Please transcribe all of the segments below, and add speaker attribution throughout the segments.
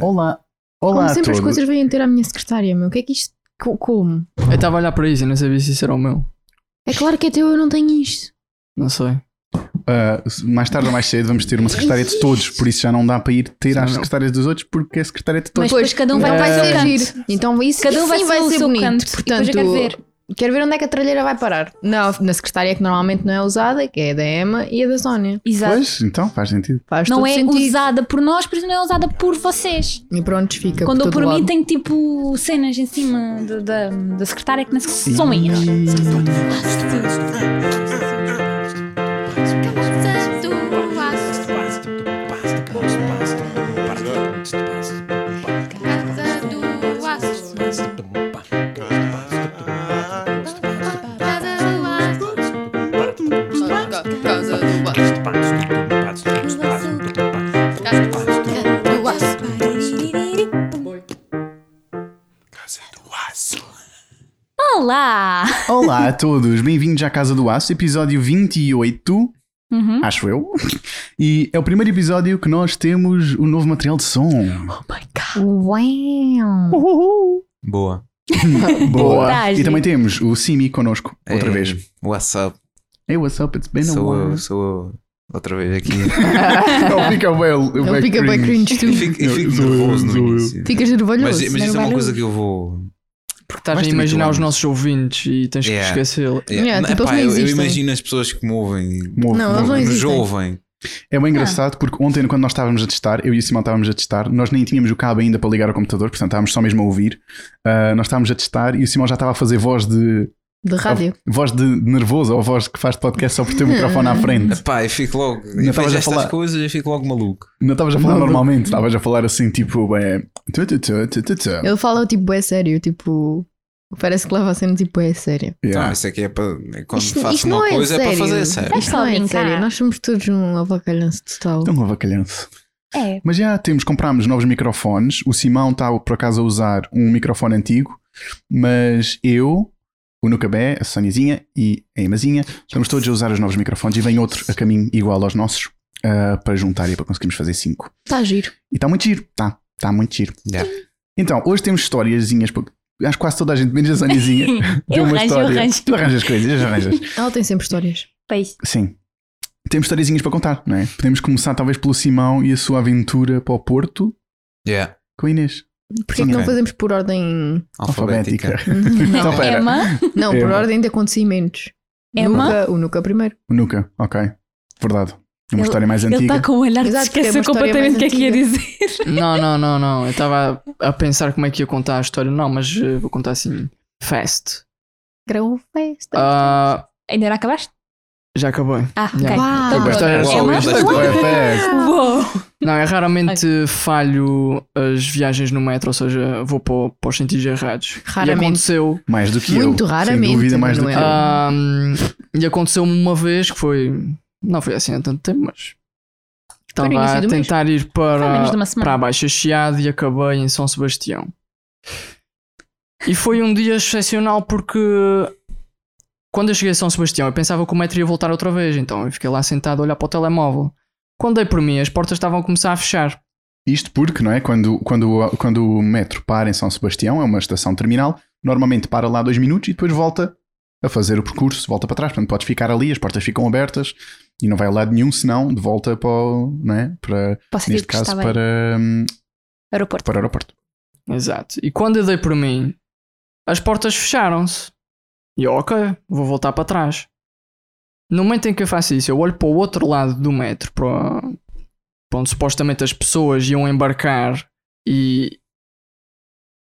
Speaker 1: Olá. Olá
Speaker 2: como
Speaker 1: a
Speaker 2: sempre, as
Speaker 1: todos.
Speaker 2: coisas vêm ter à minha secretária, meu. O que é que isto. co- Como?
Speaker 3: Eu estava a olhar para isso e não sabia se isso era o meu.
Speaker 2: É claro que até eu não tenho isto.
Speaker 3: Não sei.
Speaker 1: Ah, mais tarde ou mais cedo vamos ter uma secretária de todos, por isso já não dá para ir ter às
Speaker 3: Não.
Speaker 1: secretárias dos outros porque é secretária de todos.
Speaker 4: Mas depois cada um vai
Speaker 3: Não
Speaker 1: É.
Speaker 4: para o seu
Speaker 3: vai
Speaker 4: canto.
Speaker 2: Então isso,
Speaker 4: Cada um
Speaker 2: isso
Speaker 4: vai
Speaker 2: sim
Speaker 4: ser
Speaker 2: vai
Speaker 4: o
Speaker 2: ser
Speaker 4: seu
Speaker 2: bonito.
Speaker 4: canto. E
Speaker 2: Portanto,
Speaker 4: depois eu quero ver.
Speaker 2: quero ver onde é que a tralheira vai parar. Na, na secretária que normalmente não é usada, que é da Emma e a da Sónia.
Speaker 4: Exato.
Speaker 1: Pois, então faz sentido. É
Speaker 2: Faz
Speaker 4: não
Speaker 2: todo
Speaker 4: é
Speaker 2: sentido.
Speaker 4: usada por nós, por isso não é usada por vocês.
Speaker 2: E pronto, fica.
Speaker 4: Quando
Speaker 2: por todo
Speaker 4: eu por mim
Speaker 2: lado.
Speaker 4: tenho tipo cenas em cima do- da, da secretária que não são minhas. Olá!
Speaker 1: Olá a todos, bem-vindos à Casa do Aço, episódio 28,
Speaker 4: Uhum.
Speaker 1: acho eu. E é o primeiro episódio que nós temos o novo material de som.
Speaker 2: Uau!
Speaker 5: Boa.
Speaker 1: Boa!
Speaker 4: Coragem.
Speaker 1: E também temos o Simi connosco, outra
Speaker 5: Ei,
Speaker 1: vez.
Speaker 5: É, What's up?
Speaker 1: Hey, what's up? It's been a
Speaker 5: Sou eu,
Speaker 1: while.
Speaker 5: sou eu. Outra vez aqui.
Speaker 1: Ele fica bem, ele
Speaker 2: Ele fica bem cringe,
Speaker 5: Eu
Speaker 2: tu.
Speaker 5: fico, eu
Speaker 1: Eu-
Speaker 5: fico
Speaker 1: sou eu,
Speaker 5: nervoso no
Speaker 1: sou eu.
Speaker 5: início.
Speaker 2: Ficas nervoso.
Speaker 5: Mas, mas isso é uma coisa que eu vou.
Speaker 3: Porque estás
Speaker 1: Vais
Speaker 3: a
Speaker 1: ter
Speaker 3: imaginar
Speaker 1: muito
Speaker 3: os
Speaker 1: anos.
Speaker 3: nossos ouvintes e tens
Speaker 5: Yeah.
Speaker 3: que esquecê-lo.
Speaker 1: É,
Speaker 2: Yeah,
Speaker 5: Não,
Speaker 2: tipo,
Speaker 5: epá,
Speaker 2: eles não
Speaker 5: eu, eu
Speaker 2: existem.
Speaker 5: imagino as pessoas que me ouvem.
Speaker 1: Move,
Speaker 2: Não,
Speaker 1: move.
Speaker 2: eles não
Speaker 5: que Nos
Speaker 2: existem.
Speaker 5: ouvem.
Speaker 1: É bem engraçado porque ontem, quando nós estávamos a testar, eu e o Simão estávamos a testar, nós nem tínhamos o cabo ainda para ligar ao computador, portanto estávamos só mesmo a ouvir. Ah, nós estávamos a testar e o Simão já estava a fazer voz de
Speaker 2: De rádio.
Speaker 1: voz de nervoso ou voz que faz de podcast só por ter o microfone à frente.
Speaker 5: Epá, eu fico logo.
Speaker 1: Não
Speaker 5: Eu
Speaker 1: estavas
Speaker 5: vejo
Speaker 1: a
Speaker 5: estas
Speaker 1: falar.
Speaker 5: coisas e eu fico logo maluco.
Speaker 1: Não estavas a falar normalmente, estavas a falar assim tipo. É... tu, tu, tu, tu, tu, tu.
Speaker 2: Ele fala tipo, é sério, tipo. Parece que leva a cena tipo, é sério.
Speaker 1: Yeah.
Speaker 5: Não, isso aqui é para. é Quando
Speaker 2: Isto-
Speaker 5: faço
Speaker 2: isto não
Speaker 5: uma
Speaker 2: é
Speaker 5: coisa é para
Speaker 2: sério.
Speaker 5: fazer a sério.
Speaker 4: Mas
Speaker 2: Isto
Speaker 4: só
Speaker 2: não é
Speaker 4: brincar.
Speaker 2: sério, nós somos todos um avacalhanço total.
Speaker 1: Então, um avacalhanço.
Speaker 4: É.
Speaker 1: Mas já temos, comprámos novos microfones. O Simão está por acaso a usar um microfone antigo, mas eu, o Nucabé, a Sonizinha e a Emazinha estamos todos a usar os novos microfones e vem outro a caminho igual aos nossos ah, para juntar e para conseguirmos fazer cinco.
Speaker 4: Tá
Speaker 2: Está giro.
Speaker 1: E está muito giro, está, está muito giro.
Speaker 5: Yeah.
Speaker 1: Então, hoje temos historiazinhas, porque acho que quase toda a gente, menos a Sonizinha, tem
Speaker 4: Eu
Speaker 1: uma
Speaker 4: arranjo, eu
Speaker 1: história.
Speaker 4: arranjo.
Speaker 1: Tu arranjas coisas, arranjas.
Speaker 2: Ela tem sempre histórias.
Speaker 4: Peixe.
Speaker 1: Sim. Temos historiazinhas para contar, não é? Podemos começar talvez pelo Simão e a sua aventura para o Porto.
Speaker 5: Yeah.
Speaker 1: Com a Inês.
Speaker 2: Porquê é que não
Speaker 5: Ok.
Speaker 2: fazemos por ordem.
Speaker 5: Alfabética.
Speaker 4: é
Speaker 1: Então, pera.
Speaker 4: Emma,
Speaker 2: Não, por
Speaker 1: Emma.
Speaker 2: ordem de acontecimentos.
Speaker 4: Emma,
Speaker 2: Nuca, o Nuca primeiro.
Speaker 1: Nunca, ok. Verdade. Uma
Speaker 4: Ele-
Speaker 1: história mais
Speaker 4: ele
Speaker 1: antiga.
Speaker 4: está com o olhar que
Speaker 2: Exato, porque é uma
Speaker 4: esqueceu
Speaker 2: história mais
Speaker 4: completamente o que é que ia
Speaker 2: antiga.
Speaker 4: dizer.
Speaker 3: Não, não, não, não. Eu estava a a pensar como é que ia contar a história. Não, mas eh, vou contar assim. Fast.
Speaker 2: Grão festa.
Speaker 3: Ah,
Speaker 4: Ainda não acabaste?
Speaker 3: já acabei.
Speaker 4: Ah, ok.
Speaker 3: Yeah.
Speaker 1: é
Speaker 2: Uau.
Speaker 3: A
Speaker 4: Então
Speaker 3: história era
Speaker 4: pronto.
Speaker 3: só
Speaker 4: Emma,
Speaker 5: esta.
Speaker 4: Uau. Uou.
Speaker 3: Não, eu raramente falho as viagens no metro, ou seja, vou para, para os sentidos errados.
Speaker 2: Raramente.
Speaker 3: E aconteceu.
Speaker 1: Mais do que eu.
Speaker 2: Muito raramente,
Speaker 1: Sem dúvida, mais do que eu.
Speaker 2: Manuel.
Speaker 3: ah, e aconteceu-me uma vez que foi. Não foi assim há tanto tempo, mas.
Speaker 2: Foi no
Speaker 3: Estava
Speaker 2: início
Speaker 3: a
Speaker 2: do mês.
Speaker 3: tentar ir
Speaker 4: Foi
Speaker 1: Ah,
Speaker 4: menos
Speaker 3: para,
Speaker 4: de uma
Speaker 3: para a
Speaker 4: semana.
Speaker 3: Baixa Chiado e acabei em São Sebastião. E foi um dia excepcional porque quando eu cheguei a São Sebastião eu pensava que o metro ia voltar outra vez, então eu fiquei lá sentado a olhar para o telemóvel. Quando dei por mim, as portas estavam a começar a fechar.
Speaker 1: Isto porque, não é? Quando, quando, quando o metro para em São Sebastião, é uma estação terminal, normalmente para lá dois minutos e depois volta a fazer o percurso, volta para trás. Portanto, podes ficar ali, as portas ficam abertas e não vai a lado nenhum, senão de volta para, o- não é? para
Speaker 4: Posso dizer
Speaker 1: neste
Speaker 4: que
Speaker 1: caso,
Speaker 4: estava aí.
Speaker 1: para, hum,
Speaker 4: Aeroporto.
Speaker 1: para o aeroporto.
Speaker 3: Exato. E quando eu dei por mim, as portas fecharam-se. E eu, ok, vou voltar para trás. No momento em que eu faço isso, eu olho para o outro lado do metro, para, para onde supostamente as pessoas iam embarcar e,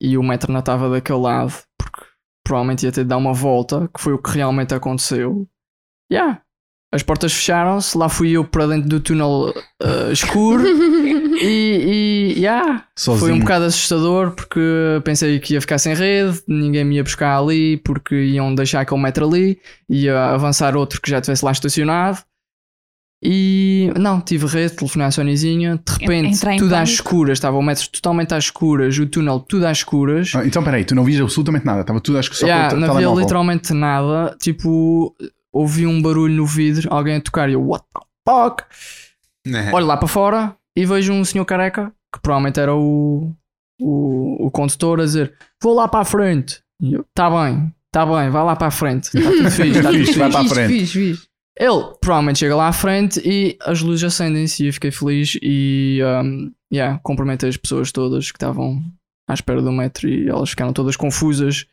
Speaker 3: e o metro não estava daquele lado, porque provavelmente ia ter de dar uma volta, que foi o que realmente aconteceu. Yeah. As portas fecharam-se, lá fui eu para dentro do túnel eh, escuro e, e yeah,
Speaker 1: Sozinho.
Speaker 3: foi um bocado assustador porque pensei que ia ficar sem rede, ninguém me ia buscar ali porque iam deixar aquele metro ali, ia avançar outro que já estivesse lá estacionado. E não, tive rede, telefonei à Sonizinha, de repente
Speaker 4: Entrei em
Speaker 3: tudo às
Speaker 4: pânico.
Speaker 3: escuras, estava o metro totalmente às escuras, o túnel tudo às escuras.
Speaker 1: Ah, então, peraí, tu não vias absolutamente nada, estava tudo, acho que só
Speaker 3: Yeah,
Speaker 1: pelo te-
Speaker 3: não havia
Speaker 1: telemóvel.
Speaker 3: literalmente nada, tipo, ouvi um barulho no vidro, alguém a tocar e eu, what the fuck?
Speaker 5: Né?
Speaker 3: Olho lá para fora e vejo um senhor careca que provavelmente era o, o, o condutor a dizer: Vou lá para a frente. E eu: Tá bem, tá bem, vai lá para a frente. Está tudo fixe, está tudo
Speaker 1: Fixe,
Speaker 3: fixe.
Speaker 1: vai para a frente.
Speaker 2: Fiz, fiz.
Speaker 3: Ele provavelmente chega lá à frente e as luzes acendem-se e eu fiquei feliz e um, yeah, cumprimentei as pessoas todas que estavam à espera do metro e elas ficaram todas confusas.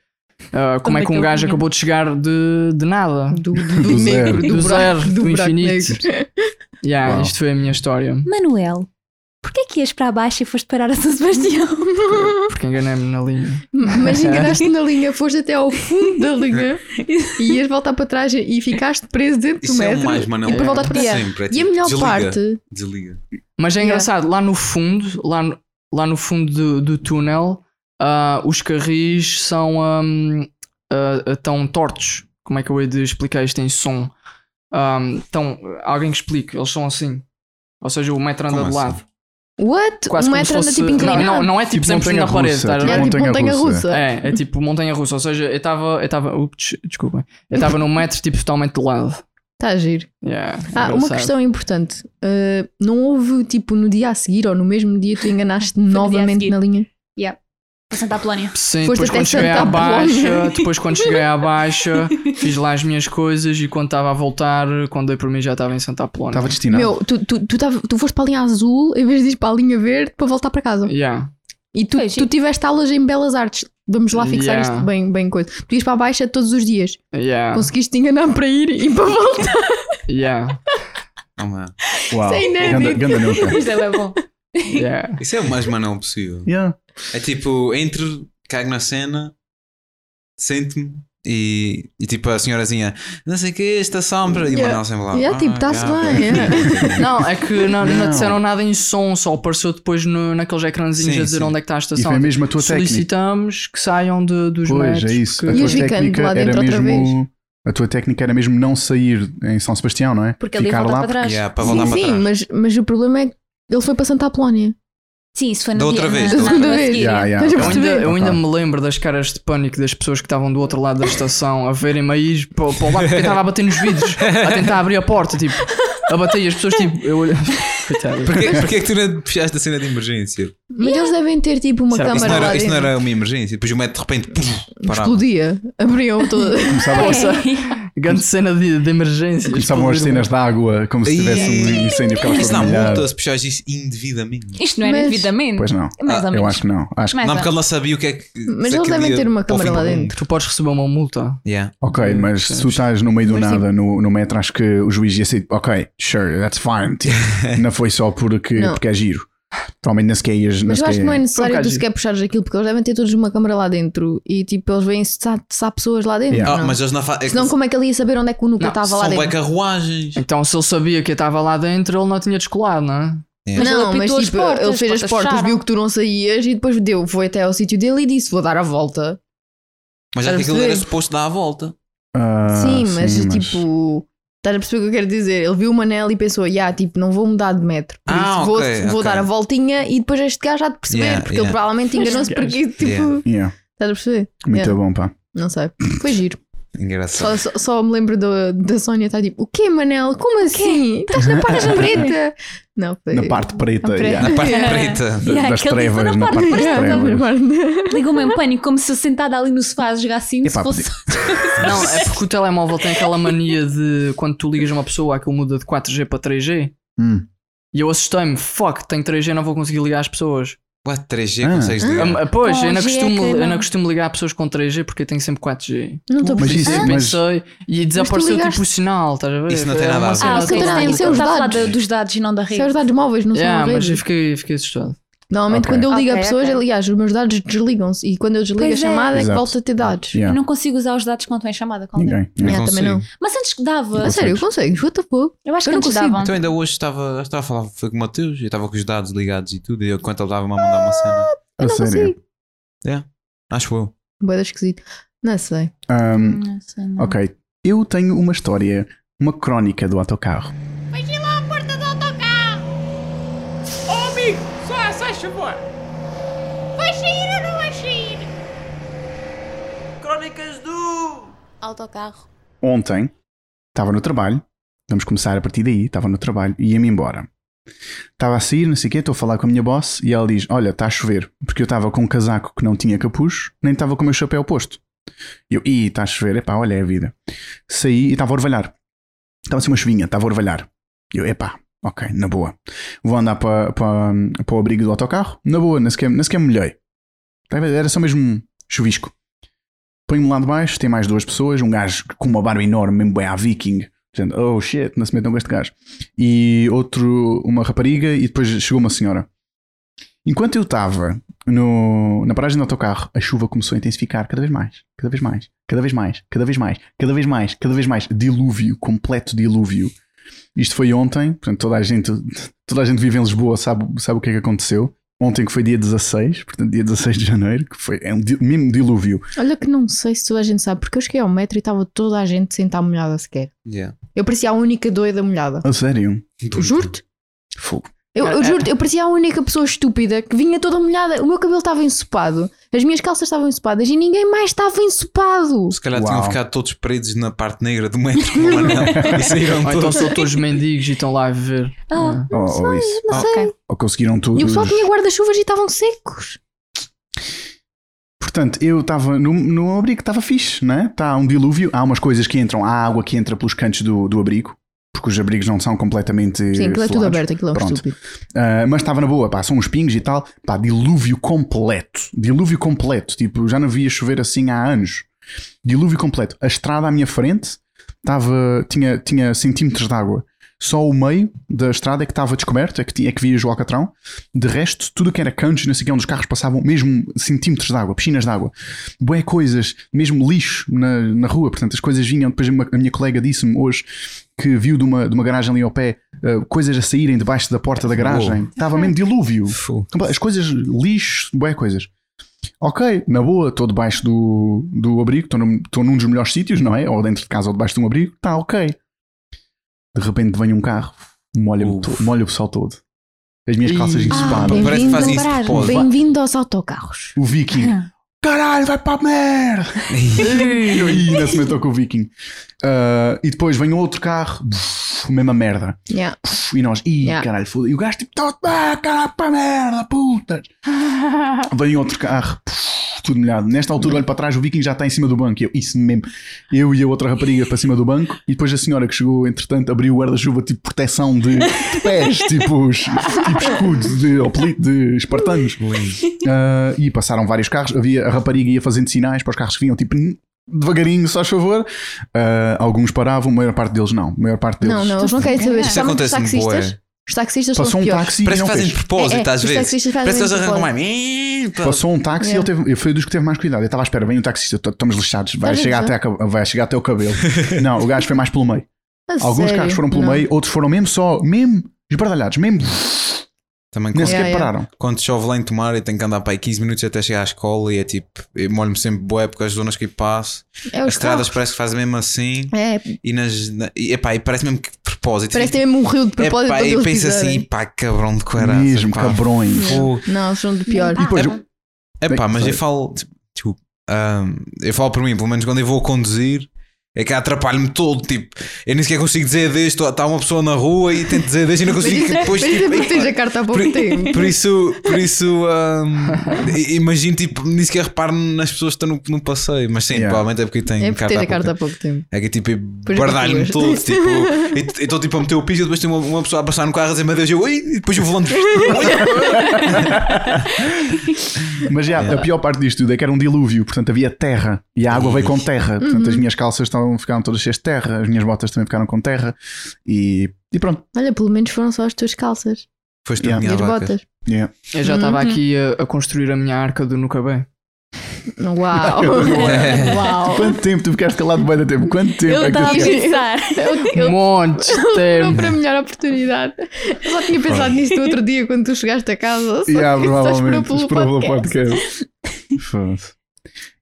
Speaker 3: Uh, como é que um
Speaker 4: Como é que eu
Speaker 3: gajo
Speaker 4: vinha?
Speaker 3: acabou de chegar de, de nada?
Speaker 2: Do, do, do
Speaker 1: Do zero.
Speaker 2: negro, do,
Speaker 3: Do
Speaker 2: buraco,
Speaker 3: Ah, zero, do
Speaker 2: buraco
Speaker 3: infinito.
Speaker 2: negro.
Speaker 3: Yeah,
Speaker 1: Uau.
Speaker 3: Isto foi a minha história.
Speaker 4: Manuel, porquê é que ias para baixo e foste parar a São Sebastião?
Speaker 3: Porque enganei-me na linha.
Speaker 2: Mas enganaste na linha, foste até ao fundo da linha e ias voltar para trás e ficaste preso dentro do
Speaker 5: Isso é
Speaker 2: metro.
Speaker 5: o mais
Speaker 2: e
Speaker 5: Manuel.
Speaker 2: depois voltas para trás.
Speaker 5: Sempre, é
Speaker 2: E a
Speaker 5: tipo,
Speaker 2: melhor
Speaker 5: desliga,
Speaker 2: parte,
Speaker 5: Desliga.
Speaker 3: Mas é
Speaker 2: Yeah.
Speaker 3: engraçado, lá no fundo, lá no, lá no fundo do, do túnel, ah, os carris são ahm, ah, ah, tão tortos. Como é que eu hei de explicar isto em som? Ahm, tão, alguém que explique, eles são assim. Ou seja, o metro anda
Speaker 5: Como
Speaker 3: de
Speaker 5: assim?
Speaker 3: lado.
Speaker 2: what?
Speaker 3: Quase
Speaker 2: um
Speaker 3: como se
Speaker 2: metro anda
Speaker 3: fosse.
Speaker 2: tipo
Speaker 3: não,
Speaker 2: inclinado.
Speaker 3: não, não é
Speaker 1: Tipo
Speaker 3: tipo 100% na
Speaker 1: montanha-russa, tipo
Speaker 3: parede. estás a
Speaker 2: é tipo
Speaker 3: ver?
Speaker 1: montanha
Speaker 2: montanha
Speaker 1: russa.
Speaker 2: russa.
Speaker 3: É, é tipo montanha russa. Ou seja, eu estava. Eu estava. ups, Desculpem. Eu estava num metro tipo totalmente de lado.
Speaker 2: Está a Tá giro. Ah,
Speaker 3: Yeah,
Speaker 2: uma
Speaker 3: É engraçado.
Speaker 2: questão importante. Uh, não houve tipo no dia a seguir ou no mesmo dia tu enganaste
Speaker 4: dia a
Speaker 2: novamente
Speaker 4: seguir.
Speaker 2: na linha?
Speaker 4: Para Santa Apolónia.
Speaker 3: Sim,
Speaker 2: Foste
Speaker 3: depois
Speaker 2: até
Speaker 3: quando cheguei à
Speaker 2: Santa
Speaker 3: baixa,
Speaker 2: Apolónia.
Speaker 3: depois quando cheguei à baixa, fiz lá as minhas coisas e quando estava a voltar, quando dei por mim já estava em Santa Apolónia.
Speaker 1: Estava destinado.
Speaker 2: Meu, tu, tu, tu, tava- tu foste para a linha azul em vez de ir para a linha verde para voltar para casa.
Speaker 3: Yeah.
Speaker 2: E tu,
Speaker 4: Foi giro.
Speaker 2: tu tiveste aulas em belas artes. Vamos lá fixar
Speaker 3: Yeah.
Speaker 2: isto bem, bem coisa. Tu ias para a baixa todos os dias.
Speaker 5: Ah.
Speaker 3: Yeah.
Speaker 2: Conseguiste te enganar para ir e para voltar.
Speaker 3: Yeah.
Speaker 5: Oh, mano.
Speaker 1: Uau.
Speaker 2: Isso é inédito.
Speaker 1: Ganda, ganda nuca.
Speaker 4: Isto é bom.
Speaker 3: Yeah.
Speaker 5: Isso é o mais Manuel possível.
Speaker 1: Yeah.
Speaker 5: É tipo, entro, cago na cena, sento-me e, e tipo a senhorazinha, não sei o que, estação para. E o
Speaker 2: Yeah.
Speaker 5: Manuel sempre lá.
Speaker 2: Yeah, tipo,
Speaker 5: "Ah,
Speaker 2: tá-se
Speaker 5: yeah,
Speaker 2: bem,
Speaker 5: ok."
Speaker 3: Não, é que não, não
Speaker 1: Não.
Speaker 3: disseram nada em som, só apareceu depois no, naqueles ecrãzinhos
Speaker 5: Sim,
Speaker 3: a dizer
Speaker 5: sim.
Speaker 3: onde é que está a
Speaker 1: E
Speaker 3: estação.
Speaker 1: foi mesmo a tua técnica.
Speaker 3: Solicitamos que saiam de, dos
Speaker 1: Pois,
Speaker 3: metros.
Speaker 1: é isso.
Speaker 3: porque-
Speaker 1: A
Speaker 2: E
Speaker 1: tua
Speaker 2: os ficantes
Speaker 1: técnica
Speaker 2: lá dentro
Speaker 1: era
Speaker 2: outra
Speaker 1: mesmo. A tua técnica era mesmo não sair em São Sebastião, não é?
Speaker 4: Porque ele ia voltar para trás.
Speaker 5: Yeah, para voltar
Speaker 2: Sim,
Speaker 5: para
Speaker 2: sim,
Speaker 5: trás.
Speaker 2: mas, mas o problema é que ele foi para Santa Apolónia.
Speaker 4: Sim, isso foi no
Speaker 5: Da
Speaker 4: dia,
Speaker 5: outra vez,
Speaker 4: na,
Speaker 5: da
Speaker 4: na
Speaker 2: outra
Speaker 4: rua a
Speaker 2: vez.
Speaker 4: seguir,
Speaker 1: Yeah,
Speaker 4: yeah.
Speaker 1: yeah. Então,
Speaker 2: Estás a
Speaker 3: Eu ainda,
Speaker 2: perceber?
Speaker 3: eu ainda
Speaker 1: Opa.
Speaker 3: me lembro das caras de pânico das pessoas que estavam do outro lado da estação a verem-me a ir para, para o lado porque eu estava a bater nos vidros, a tentar abrir a porta, tipo, a bater e as pessoas, tipo, eu olho. Coitado.
Speaker 5: Porquê, porquê é que tu não puxaste a cena de emergência?
Speaker 2: Mas eles devem ter tipo uma
Speaker 3: Será que
Speaker 5: Isso
Speaker 2: câmara
Speaker 5: não,
Speaker 2: lá
Speaker 5: era, isso não
Speaker 2: dentro.
Speaker 5: era uma emergência. Depois o metro de repente puf, parava.
Speaker 2: Explodia. Abriam toda.
Speaker 1: Começava,
Speaker 3: Grande cena de, de emergência. tipo,
Speaker 1: começavam as cenas de água como se
Speaker 5: Ih.
Speaker 1: tivesse um incêndio. ficava
Speaker 5: Isso
Speaker 1: todo
Speaker 5: dá
Speaker 1: molhado.
Speaker 5: multa se puxares isso indevidamente.
Speaker 4: Isto não era
Speaker 2: Mas-
Speaker 4: devidamente.
Speaker 1: Pois não.
Speaker 4: É Mais ou
Speaker 5: Ah,
Speaker 1: Eu
Speaker 4: menos.
Speaker 1: acho que não. Acho que.
Speaker 4: Mais
Speaker 5: não,
Speaker 4: ou
Speaker 5: porque ele não sabia o que é que.
Speaker 2: Mas
Speaker 5: se
Speaker 2: eles
Speaker 5: aquilo
Speaker 2: devem
Speaker 5: ia
Speaker 2: ter uma
Speaker 5: para o fim
Speaker 2: câmara
Speaker 5: do
Speaker 2: lá
Speaker 5: mundo.
Speaker 2: dentro.
Speaker 3: Tu podes receber uma multa.
Speaker 5: Yeah.
Speaker 1: Ok, mas se tu estás no meio do
Speaker 2: Mas, tipo-
Speaker 1: nada no, no metro, acho que o juiz ia ser ok, sure, that's fine. Tipo, não foi só porque,
Speaker 2: Não.
Speaker 1: porque é giro. Provavelmente nem sequer ias. nem
Speaker 2: Mas eu acho que
Speaker 1: sequer-
Speaker 2: não é necessário
Speaker 3: bocado
Speaker 2: tu sequer puxares aquilo, porque eles devem ter todos uma câmara lá dentro e tipo, eles veem se há, se há pessoas lá dentro.
Speaker 1: Yeah.
Speaker 5: Ah,
Speaker 2: não?
Speaker 5: mas eles não fazem.
Speaker 2: Senão, como é que ele ia saber onde é que o Nuca
Speaker 3: Não,
Speaker 2: estava lá
Speaker 5: São bem
Speaker 2: dentro?
Speaker 5: carruagens.
Speaker 3: Então, se ele sabia que eu estava lá dentro, ele não tinha descolado, não é?
Speaker 5: Mas
Speaker 2: não, mas
Speaker 4: ele apitou as
Speaker 2: tipo,
Speaker 4: portas,
Speaker 2: ele fez as
Speaker 4: as portas
Speaker 2: portas,
Speaker 4: fecharam.
Speaker 2: viu que tu não saías e depois deu, foi até ao sítio dele e disse: Vou dar a volta.
Speaker 5: Mas já
Speaker 2: Estás
Speaker 5: que
Speaker 2: a
Speaker 5: aquilo
Speaker 2: perceber?
Speaker 5: era suposto dar a volta.
Speaker 1: Ah,
Speaker 2: sim, mas tipo, estás a perceber o que eu quero dizer? Ele viu o Manel e pensou: Ya, tipo, não vou mudar de metro. Por
Speaker 5: Ah,
Speaker 2: isso vou,
Speaker 5: ok,
Speaker 2: vou
Speaker 5: ok.
Speaker 2: dar a voltinha e depois este gajo há de perceber,
Speaker 5: Yeah,
Speaker 2: porque ele
Speaker 5: yeah.
Speaker 2: provavelmente
Speaker 3: Este
Speaker 2: enganou-se
Speaker 3: gajo.
Speaker 2: porque tipo.
Speaker 5: Yeah.
Speaker 1: yeah,
Speaker 2: Estás a perceber?
Speaker 1: muito
Speaker 2: Yeah.
Speaker 1: bom, pá.
Speaker 2: Não sei. Foi giro. Só,
Speaker 5: Engraçado.
Speaker 2: só, só me lembro da da Sónia estar tipo, o quê, Manel? Como assim? Estás na parte preta? Não, foi.
Speaker 1: Na parte preta.
Speaker 2: Eh,
Speaker 1: yeah.
Speaker 2: Na pre-
Speaker 5: Na parte
Speaker 4: Yeah.
Speaker 5: preta.
Speaker 1: Da-
Speaker 4: Yeah,
Speaker 1: das
Speaker 4: que ele disse,
Speaker 1: trevas,
Speaker 4: "Não,
Speaker 1: na
Speaker 4: para,
Speaker 1: parte das
Speaker 4: para,
Speaker 2: Yeah, na
Speaker 1: trevas.
Speaker 2: parte-
Speaker 4: Ligou-me em pânico, como se eu sentada ali no sofá a jogar assim,
Speaker 1: Epá,
Speaker 4: se fosse.
Speaker 3: Não, é porque o telemóvel tem aquela mania de quando tu ligas uma pessoa, aquilo muda de 4G para 3G.
Speaker 1: Hum.
Speaker 3: E eu assustei-me, fuck, tenho 3G, não vou conseguir ligar às pessoas.
Speaker 5: Quatro, 3G
Speaker 1: Ah.
Speaker 5: consegues
Speaker 3: Ah,
Speaker 5: ligar.
Speaker 3: ah, Pois,
Speaker 4: Com
Speaker 3: eu não,
Speaker 4: G é
Speaker 3: costumo,
Speaker 4: que
Speaker 3: eu
Speaker 4: não.
Speaker 3: não costumo ligar a pessoas com 3G porque eu tenho sempre 4G.
Speaker 2: Não estou a
Speaker 1: Mas
Speaker 2: perceber.
Speaker 1: isso-
Speaker 3: Eu
Speaker 1: mas-
Speaker 3: pensei e desapareceu tipo
Speaker 2: ligaste-
Speaker 3: o sinal, estás a ver?
Speaker 5: Isso não tem
Speaker 3: Era
Speaker 5: nada a
Speaker 3: uma
Speaker 5: ver.
Speaker 3: cena
Speaker 4: Ah, ok,
Speaker 3: totalmente-
Speaker 2: não,
Speaker 4: não,
Speaker 2: isso é os
Speaker 4: está a falar
Speaker 2: dados.
Speaker 4: da- dos dados e não da rede.
Speaker 2: Isso é os dados móveis, não
Speaker 3: Yeah,
Speaker 2: são as
Speaker 3: mas eu
Speaker 2: redes.
Speaker 3: fiquei, fiquei assustado.
Speaker 2: Normalmente
Speaker 1: Ok.
Speaker 2: quando eu ligo a
Speaker 4: Ok,
Speaker 2: pessoas,
Speaker 4: ok.
Speaker 2: aliás, os meus dados desligam-se e quando eu desligo a
Speaker 4: Pois é.
Speaker 2: chamada é, que
Speaker 1: Exato.
Speaker 2: volta a ter dados.
Speaker 4: Eu
Speaker 1: Yeah.
Speaker 4: não consigo usar os dados quando estou em chamada com alguém.
Speaker 1: Ninguém. yeah.
Speaker 2: Yeah, também não.
Speaker 5: consigo.
Speaker 4: Mas antes que dava.
Speaker 2: A sério, consegues? What the fuck?
Speaker 4: Eu acho
Speaker 2: Eu
Speaker 4: que
Speaker 2: não
Speaker 4: antes
Speaker 2: consigo.
Speaker 4: davam.
Speaker 5: Então ainda hoje estava, eu estava a falar foi com o Mateus, eu estava com os dados ligados e tudo, e eu, quando ele estava-me a mandar uma cena.
Speaker 1: A
Speaker 2: Eu não
Speaker 1: sério.
Speaker 2: consigo.
Speaker 5: Acho eu.
Speaker 2: Boa, esquisito. Não sei.
Speaker 1: Ahm,
Speaker 5: é-
Speaker 4: Não sei, não.
Speaker 1: Hum, ok, eu tenho uma história, uma crónica do autocarro.
Speaker 6: Fechem lá a porta do autocarro! Ô amigo, só sai favor! Vai sair ou não vai sair? Crónicas do.
Speaker 4: Autocarro.
Speaker 1: ontem estava no trabalho, vamos começar a partir daí, estava no trabalho e ia-me embora. Estava a sair, não sei o quê, estou a falar com a minha boss e ela diz: Olha, está a chover, porque eu estava com um casaco que não tinha capuz, nem estava com o meu chapéu posto. E eu, ih, está a chover, epá, olha é a vida. Saí e estava a orvalhar. Estava assim uma chuvinha, estava a orvalhar. E eu, epá, ok, na boa. Vou andar para, para, para o abrigo do autocarro, na boa, nem sequer, nem sequer me molhei. Tá a ver? Era só mesmo um chuvisco. Põe-me lá de baixo, tem mais duas pessoas, um gajo com uma barba enorme, mesmo bem à viking, dizendo, oh shit, não se metam com este gajo. E outro, uma rapariga, e depois chegou uma senhora. Enquanto eu estava no- na paragem do autocarro, a chuva começou a intensificar cada vez mais, cada vez mais, cada vez mais, cada vez mais, cada vez mais, cada vez mais. Dilúvio, completo dilúvio. Isto foi ontem, portanto, toda a gente, toda a gente vive em Lisboa sabe, sabe o que é que aconteceu. Ontem, que foi dia 16, portanto, dia 16 de janeiro, que foi é um di- mesmo dilúvio.
Speaker 2: Olha que não sei se toda a gente sabe, porque eu cheguei ao metro e estava toda a gente sem estar molhada sequer.
Speaker 5: Yeah.
Speaker 2: Eu parecia a única doida molhada.
Speaker 1: A sério,
Speaker 2: Juro-te?
Speaker 1: fogo.
Speaker 2: Eu,
Speaker 5: É,
Speaker 2: eu juro-te, eu parecia a única pessoa estúpida que vinha toda molhada. O meu cabelo estava ensopado, as minhas calças estavam ensopadas e ninguém mais estava ensopado.
Speaker 5: Se calhar
Speaker 1: Uau.
Speaker 5: tinham ficado todos presos na parte negra do metro com o anel e saíram
Speaker 3: Ou então
Speaker 5: todos.
Speaker 3: são todos mendigos e estão lá a viver.
Speaker 4: Ah.
Speaker 1: Ou, ou Oh, isso.
Speaker 2: Não
Speaker 5: Ah,
Speaker 2: sei.
Speaker 1: Ou conseguiram tudo.
Speaker 2: E o pessoal tinha guarda-chuvas e estavam secos.
Speaker 1: Portanto, eu estava no, no abrigo, estava fixe, não é? Está um dilúvio, há umas coisas que entram, há água que entra pelos cantos do, do abrigo, porque os abrigos não são completamente.
Speaker 2: Sim, aquilo é tudo
Speaker 1: selados.
Speaker 2: aberto, aquilo é um
Speaker 1: Pronto.
Speaker 2: estúpido.
Speaker 1: Ah, mas estava na boa, pá, são uns pingos e tal, pá, dilúvio completo, dilúvio completo, tipo, já não via chover assim há anos. Dilúvio completo. A estrada à minha frente estava, tinha, tinha centímetros de água. Só o meio da estrada é que estava descoberto, é que, tinha- é que via o Alcatrão. De resto, tudo o que era cantos, e não sei o que, onde os carros passavam, mesmo centímetros de água, piscinas de água, bué coisas, mesmo lixo na, na rua. Portanto, as coisas vinham. Depois, uma- a minha colega disse-me hoje que viu de uma, de uma garagem ali ao pé eh, coisas a saírem debaixo da porta da garagem. Estava mesmo dilúvio.
Speaker 5: Fogo.
Speaker 1: As coisas, lixo, bué coisas. Ok, na boa, estou debaixo do, do abrigo, estou num, estou num dos melhores sítios, não é? Ou dentro de casa ou debaixo de um abrigo, está ok. De repente vem um carro, molha,
Speaker 5: Uf.
Speaker 1: molha o pessoal todo. As minhas calças
Speaker 3: Ih. Ah,
Speaker 1: ensopadas.
Speaker 5: bem- Parece que fazem isso de
Speaker 2: bem-vindo-
Speaker 5: propósito.
Speaker 2: Bem-vindo aos autocarros.
Speaker 1: o viking,
Speaker 3: é.
Speaker 1: caralho, vai para a merda! E ainda se meteu com o viking. Ah, e depois vem outro carro, buf, mesma merda.
Speaker 2: Yeah.
Speaker 1: Buf, e nós, ih,
Speaker 2: Yeah.
Speaker 1: caralho, foda E o gajo tipo, tá, ah, caralho, para a merda, putas. Vem outro carro, buf, tudo molhado. Nesta altura, olho para trás, o viking já está em cima do banco. E Eu, isso mesmo. Eu e a outra rapariga para cima do banco. E depois a senhora que chegou, entretanto, abriu o guarda-chuva, tipo, proteção de, de pés, tipo, os- tipo escudo de, ou pelito de espartanos. Ah, e passaram vários carros. Havia, a rapariga ia fazendo sinais para os carros que vinham, tipo, devagarinho, só a favor. Ah, alguns paravam, a maior parte deles não. A maior parte deles.
Speaker 2: Não, não, eles não querem saber.
Speaker 5: Isso
Speaker 2: Especialmente os
Speaker 5: acontece-me bué.
Speaker 2: taxistas. Os taxistas são os
Speaker 1: Passou um
Speaker 2: piores.
Speaker 1: táxi e
Speaker 5: Parece
Speaker 1: não
Speaker 5: que fazem de
Speaker 1: fez.
Speaker 5: propósito
Speaker 2: É, é,
Speaker 5: às
Speaker 2: os
Speaker 5: vezes.
Speaker 2: taxistas fazem
Speaker 5: Parece que eles
Speaker 2: de
Speaker 5: arrancam mais.
Speaker 2: propósito.
Speaker 5: Passou
Speaker 1: Passou um táxi e ele
Speaker 2: Yeah.
Speaker 1: teve, foi dos que teve mais cuidado. Eu estava à espera, vem o taxista, t- estamos lixados, vai
Speaker 2: Estás a
Speaker 1: chegar, até
Speaker 2: gozar?
Speaker 1: a ca- vai chegar até o cabelo. não, o gajo foi mais pelo meio.
Speaker 2: A
Speaker 1: Alguns
Speaker 2: sério?
Speaker 1: carros foram pelo
Speaker 2: Não. É,
Speaker 1: meio, outros foram mesmo só, mesmo esbardalhados, mesmo,
Speaker 5: Também
Speaker 1: nem
Speaker 5: quando,
Speaker 1: sequer
Speaker 2: Yeah, yeah.
Speaker 1: pararam.
Speaker 5: quando chove lá em Tomar, eu tenho que andar para aí 15 minutos até chegar à escola e é tipo, eu molho-me sempre bué porque as zonas que eu passo,
Speaker 2: É
Speaker 5: as
Speaker 2: os
Speaker 5: estradas
Speaker 2: carros.
Speaker 5: parece que fazem mesmo assim
Speaker 2: É,
Speaker 5: e nas. na- e, epá, e parece mesmo que de propósito.
Speaker 2: parece ter mesmo um rio de propósito.
Speaker 5: Epá,
Speaker 2: para
Speaker 5: e
Speaker 2: eles
Speaker 5: penso assim,
Speaker 2: pisarem.
Speaker 5: pá, cabrão de coerça.
Speaker 1: Mesmo,
Speaker 5: pá,
Speaker 1: cabrões.
Speaker 5: fogo.
Speaker 2: Não, eles são de pior.
Speaker 1: E depois,
Speaker 5: Epá, É mas
Speaker 1: Sei.
Speaker 5: eu falo. tipo, Desculpa. ahm, eu falo por mim, pelo menos quando eu vou conduzir, é que atrapalho-me todo. Tipo, eu nem sequer consigo dizer desde. Está uma pessoa na rua e tento dizer desde e não
Speaker 2: Mas
Speaker 5: consigo.
Speaker 2: isso é-
Speaker 5: depois,
Speaker 2: mas isso é porque
Speaker 5: tipo,
Speaker 2: tens a carta há pouco tempo.
Speaker 5: por isso, por isso ahm, i- imagino, tipo, nem sequer reparo nas pessoas que estão no, no passeio. Mas sim,
Speaker 1: Yeah.
Speaker 5: provavelmente é porque eu tenho
Speaker 2: É porque
Speaker 5: carta.
Speaker 2: tens
Speaker 5: à
Speaker 2: a carta
Speaker 5: boca.
Speaker 2: há pouco tempo.
Speaker 5: É que tipo, eu
Speaker 2: é que
Speaker 5: bardalho-me
Speaker 2: tu
Speaker 5: todo.
Speaker 2: és.
Speaker 5: Tipo, eu eu estou tipo a meter o piso e depois tem uma, uma pessoa a passar no carro a dizer, meu Deus, eu, "Ui", e depois o volante.
Speaker 1: mas já, a pior parte disto tudo é que era um dilúvio, portanto havia terra e a água veio
Speaker 5: Uhum.
Speaker 1: com terra. Portanto,
Speaker 2: Uhum.
Speaker 1: as minhas calças estavam, ficaram todas cheias de terra, as minhas botas também ficaram com terra e, e pronto.
Speaker 2: Olha, pelo menos foram só as tuas calças
Speaker 5: Depois tu
Speaker 1: Yeah.
Speaker 5: minha
Speaker 2: e as
Speaker 5: vaca.
Speaker 2: botas.
Speaker 1: Yeah.
Speaker 3: Eu já
Speaker 2: Uhum.
Speaker 3: estava aqui a, a construir a minha arca do Nucabé.
Speaker 2: Uau! Uau!
Speaker 1: Quanto tempo tu ficaste calado bem da tempo? Quanto tempo
Speaker 4: Eu
Speaker 1: é que tu
Speaker 4: estava a
Speaker 1: ficaste?
Speaker 4: pensar.
Speaker 2: Eu-
Speaker 3: Montes Um de
Speaker 2: Não
Speaker 3: tempo.
Speaker 2: para a melhor oportunidade. Eu só tinha pensado nisto no outro dia quando tu chegaste a casa. Só
Speaker 1: Yeah,
Speaker 2: que só
Speaker 1: provavelmente.
Speaker 2: esperou
Speaker 1: Esperou
Speaker 2: pelo
Speaker 1: pelo
Speaker 2: podcast.
Speaker 1: podcast. Foda-se.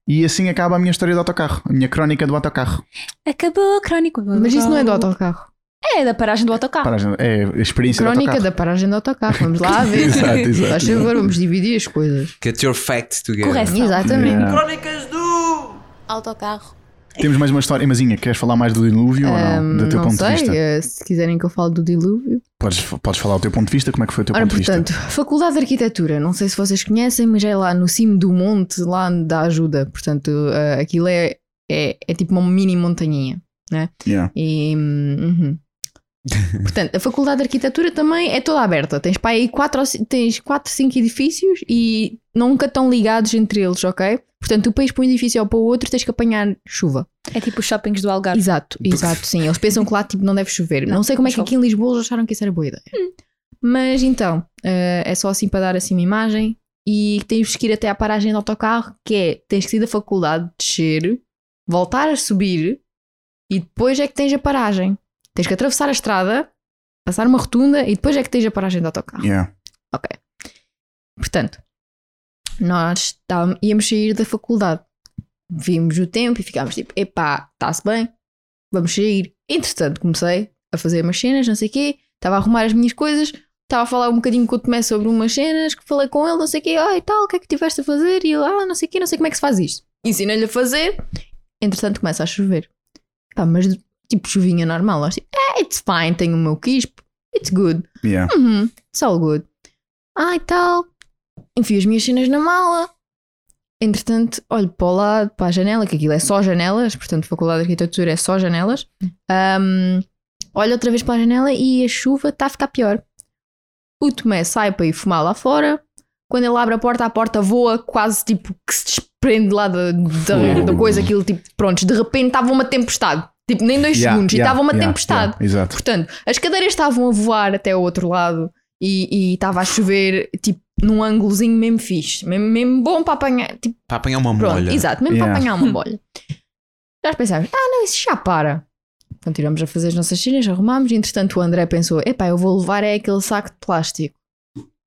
Speaker 1: E assim acaba a minha história do autocarro, a minha crónica do autocarro.
Speaker 4: Acabou, crónico.
Speaker 2: Mas isso não é do autocarro.
Speaker 4: É da paragem do autocarro.
Speaker 1: Paragem, é a experiência
Speaker 2: Ah.
Speaker 1: do
Speaker 2: Crónica
Speaker 1: autocarro.
Speaker 2: da paragem do autocarro. Vamos lá ver.
Speaker 1: Exato, exato,
Speaker 2: Faz
Speaker 1: exato.
Speaker 2: favor, vamos dividir as coisas.
Speaker 5: Get your facts together.
Speaker 4: Correto.
Speaker 2: Exatamente.
Speaker 1: Yeah.
Speaker 6: Crónicas do
Speaker 4: Autocarro.
Speaker 1: Temos mais uma história. Emazinha, queres falar mais do dilúvio ou não?
Speaker 2: Ahm,
Speaker 1: Do teu
Speaker 2: não
Speaker 1: ponto
Speaker 2: sei,
Speaker 1: de vista?
Speaker 2: eh, se quiserem que eu fale do dilúvio.
Speaker 1: Podes, podes falar o teu ponto de vista? Como é que foi o teu
Speaker 2: Ora,
Speaker 1: ponto de vista?
Speaker 2: portanto, Faculdade de Arquitetura, não sei se vocês conhecem, mas é lá no cimo do monte, lá da ajuda. Portanto, ah, aquilo é, é, é tipo uma mini montanhinha.
Speaker 1: Yeah.
Speaker 2: E, hum, uhum. Portanto, a Faculdade de Arquitetura também é toda aberta. Tens para aí 4 ou 5, tens 4, 5 edifícios e nunca estão ligados entre eles, ok? Portanto, tu país para um edifício ou para o outro tens que apanhar chuva.
Speaker 4: É tipo os shoppings do Algarve.
Speaker 2: Exato, exato, sim. Eles pensam que lá tipo, não deve chover. Não, sei como é que
Speaker 4: chove.
Speaker 2: aqui em Lisboa eles acharam que isso era boa ideia. Mas então, eh, é só assim para dar assim uma imagem. E tens que ir até à paragem de autocarro, que é tens que ir da faculdade, descer, voltar a subir e depois é que tens a paragem. Tens que atravessar a estrada, passar uma rotunda e depois é que tens a paragem de autocarro.
Speaker 1: Yeah.
Speaker 2: Ok. Portanto, nós tá- íamos sair da faculdade. Vimos o tempo e ficámos tipo, epá, está-se bem, vamos sair. Entretanto, comecei a fazer umas cenas, não sei o quê, estava a arrumar as minhas coisas, estava a falar um bocadinho com o Tomé sobre umas cenas, que falei com ele, não sei o quê, ah, e tal, o que é que tiveste a fazer? E eu, ah, não sei o quê, não sei como é que se faz isto. Ensinei-lhe a fazer, entretanto começa a chover. Pá, mas tipo chuvinha normal, nós tipo, eh, it's fine, tenho o meu quispo, it's good,
Speaker 1: Yeah.
Speaker 2: uhum, it's all good. Ai, tal. Enfio as minhas cenas na mala. Entretanto, olho para o lado, para a janela, que aquilo é só janelas, portanto, Faculdade de Arquitetura é só janelas. Ahm, olho outra vez para a janela e a chuva está a ficar pior. O Tomé sai para ir fumar lá fora. Quando ele abre a porta, a porta voa, quase tipo que se desprende lá da, da, da coisa, aquilo tipo, pronto, de repente estava uma tempestade. Tipo, nem dois
Speaker 1: Yeah,
Speaker 2: segundos, e
Speaker 1: yeah,
Speaker 2: estava uma
Speaker 1: yeah,
Speaker 2: tempestade.
Speaker 1: yeah, Exato.
Speaker 2: Portanto, as cadeiras estavam a voar até o outro lado e e estava a chover, tipo, num ângulozinho mesmo fixe, mesmo, mesmo bom para apanhar. Tipo,
Speaker 5: Para apanhar uma
Speaker 2: pronto,
Speaker 5: molha.
Speaker 2: exato, mesmo
Speaker 1: Yeah.
Speaker 2: para apanhar uma bolha. Nós pensámos, ah, não, isso já para. Continuamos a fazer as nossas cenas, arrumámos. Entretanto, o André pensou: epá, eu vou levar é aquele saco de plástico.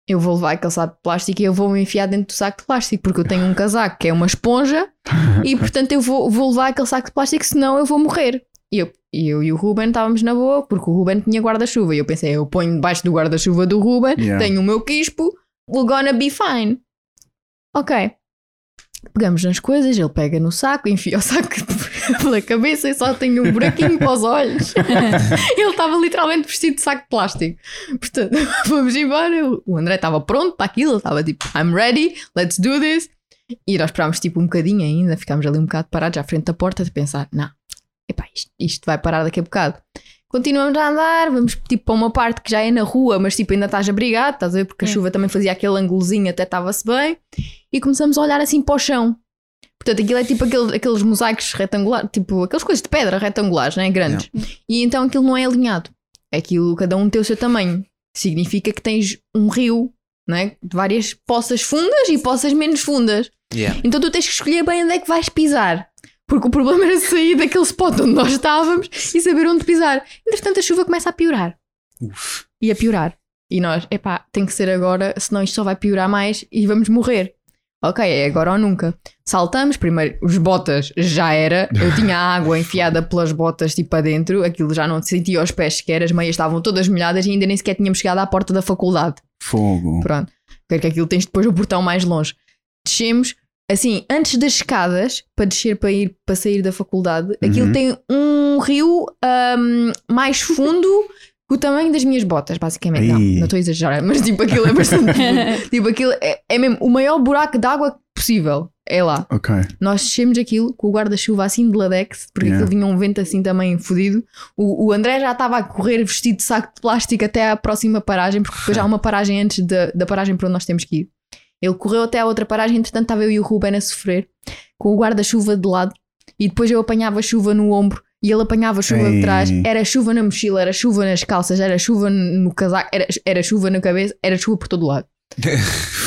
Speaker 2: Eu vou levar aquele saco de plástico e eu vou me enfiar dentro do saco de plástico, porque eu tenho um casaco que é uma esponja e portanto eu vou, vou levar aquele saco de plástico, senão eu vou morrer. E eu, e eu e o Ruben estávamos na boa, porque o Ruben tinha guarda-chuva. E eu pensei, eu ponho debaixo do guarda-chuva do Ruben,
Speaker 1: Yeah.
Speaker 2: tenho o meu quispo, we're gonna be fine. Ok. Pegamos nas coisas, ele pega no saco, enfia o saco pela cabeça e só tem um buraquinho para os olhos. ele estava literalmente vestido de saco de plástico. Portanto, vamos embora. O André estava pronto para aquilo, ele estava tipo, I'm ready, let's do this. E nós esperámos tipo um bocadinho ainda, ficámos ali um bocado parados à frente da porta de pensar, não, epá, isto, isto vai parar daqui a bocado. Continuamos a andar, vamos tipo para uma parte que já é na rua, mas tipo ainda estás abrigado, estás a ver? Porque a
Speaker 4: É.
Speaker 2: chuva também fazia aquele ângulozinho, até estava-se bem. E começamos a olhar assim para o chão. Portanto, aquilo é tipo aquele- aqueles mosaicos retangulares, tipo aquelas coisas de pedra retangulares, né? Grandes. E então aquilo não é alinhado. Aquilo, cada um tem o seu tamanho. Significa que tens um rio, né? De várias poças fundas e poças menos fundas.
Speaker 5: Yeah.
Speaker 2: Então tu tens que escolher bem onde é que vais pisar. Porque o problema era sair daquele spot onde nós estávamos e saber onde pisar. Entretanto, a chuva começa a piorar. E a piorar. E nós, epá, tem que ser agora, senão isto só vai piorar mais e vamos morrer. Ok, é agora ou nunca. Saltamos, primeiro, os botas já era. Eu tinha a água enfiada pelas botas tipo para dentro, aquilo já não sentia os pés sequer, as meias estavam todas molhadas e ainda nem sequer tínhamos chegado à porta da faculdade.
Speaker 1: Fogo.
Speaker 2: Pronto. Quero que aquilo tens depois o portão mais longe. Descemos, assim, antes das escadas, para descer para ir para sair da faculdade, aquilo
Speaker 1: Uhum.
Speaker 2: tem um rio ahm, mais fundo que o tamanho das minhas botas, basicamente. Não,
Speaker 1: Ih.
Speaker 2: não estou a exagerar, mas tipo aquilo é bastante. fundo. tipo, aquilo é, é mesmo o maior buraco de água possível. É lá.
Speaker 1: Ok.
Speaker 2: Nós descemos aquilo com o guarda-chuva assim de ladex, porque
Speaker 1: Yeah.
Speaker 2: aquilo vinha um vento assim também fodido. O, o André já estava a correr vestido de saco de plástico até à próxima paragem, porque depois já há uma paragem antes da, da paragem para onde nós temos que ir. Ele correu até à outra paragem, entretanto estava eu e o Ruben a sofrer, com o guarda-chuva de lado, e depois eu apanhava chuva no ombro e ele apanhava chuva
Speaker 1: Ei.
Speaker 2: de trás. Era chuva na mochila, era chuva nas calças, era chuva no casaco, era, era chuva na cabeça, era chuva por todo lado.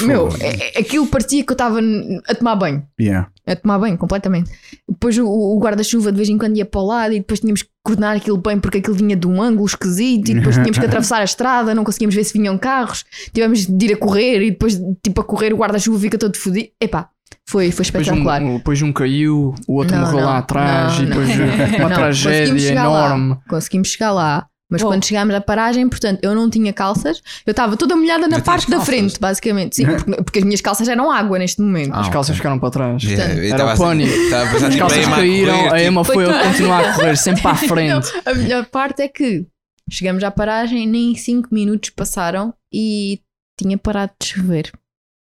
Speaker 2: Meu, é- é- aquilo parecia que eu estava n- a tomar banho
Speaker 1: Yeah.
Speaker 2: a tomar banho completamente. Depois o, o guarda-chuva de vez em quando ia para o lado e depois tínhamos que coordenar aquilo bem porque aquilo vinha de um ângulo esquisito e depois tínhamos que atravessar a estrada, não conseguíamos ver se vinham carros, tivemos de ir a correr e depois, tipo, a correr o guarda-chuva fica todo fodido. Epá, foi, foi
Speaker 3: Depois um,
Speaker 2: espetacular.
Speaker 3: depois um caiu, o outro
Speaker 2: Não,
Speaker 3: morreu
Speaker 2: não,
Speaker 3: lá atrás
Speaker 2: não,
Speaker 3: e depois
Speaker 2: não.
Speaker 3: uma
Speaker 2: Não, conseguimos
Speaker 3: tragédia
Speaker 2: chegar
Speaker 3: enorme.
Speaker 2: Lá, conseguimos chegar lá, Mas
Speaker 4: Uou.
Speaker 2: quando chegámos à paragem, portanto, eu não tinha calças, eu estava toda molhada na
Speaker 5: Não tinhas
Speaker 2: parte da
Speaker 5: calças?
Speaker 2: frente, basicamente. Sim, porque, porque as minhas calças eram água neste momento.
Speaker 5: Ah,
Speaker 3: As calças
Speaker 5: ok.
Speaker 3: ficaram para trás.
Speaker 5: Yeah, eu
Speaker 3: Era
Speaker 5: tava
Speaker 3: o
Speaker 5: assim-
Speaker 3: pânico.
Speaker 5: tava a pensar,
Speaker 3: As
Speaker 5: tipo,
Speaker 3: calças
Speaker 5: Emma a correr,
Speaker 3: caíram, a
Speaker 5: tipo,
Speaker 3: Emma foi a
Speaker 2: Coitada.
Speaker 3: continuar a correr, sempre para a frente.
Speaker 2: A melhor parte é que chegamos à paragem, nem 5 minutos passaram e tinha parado de chover.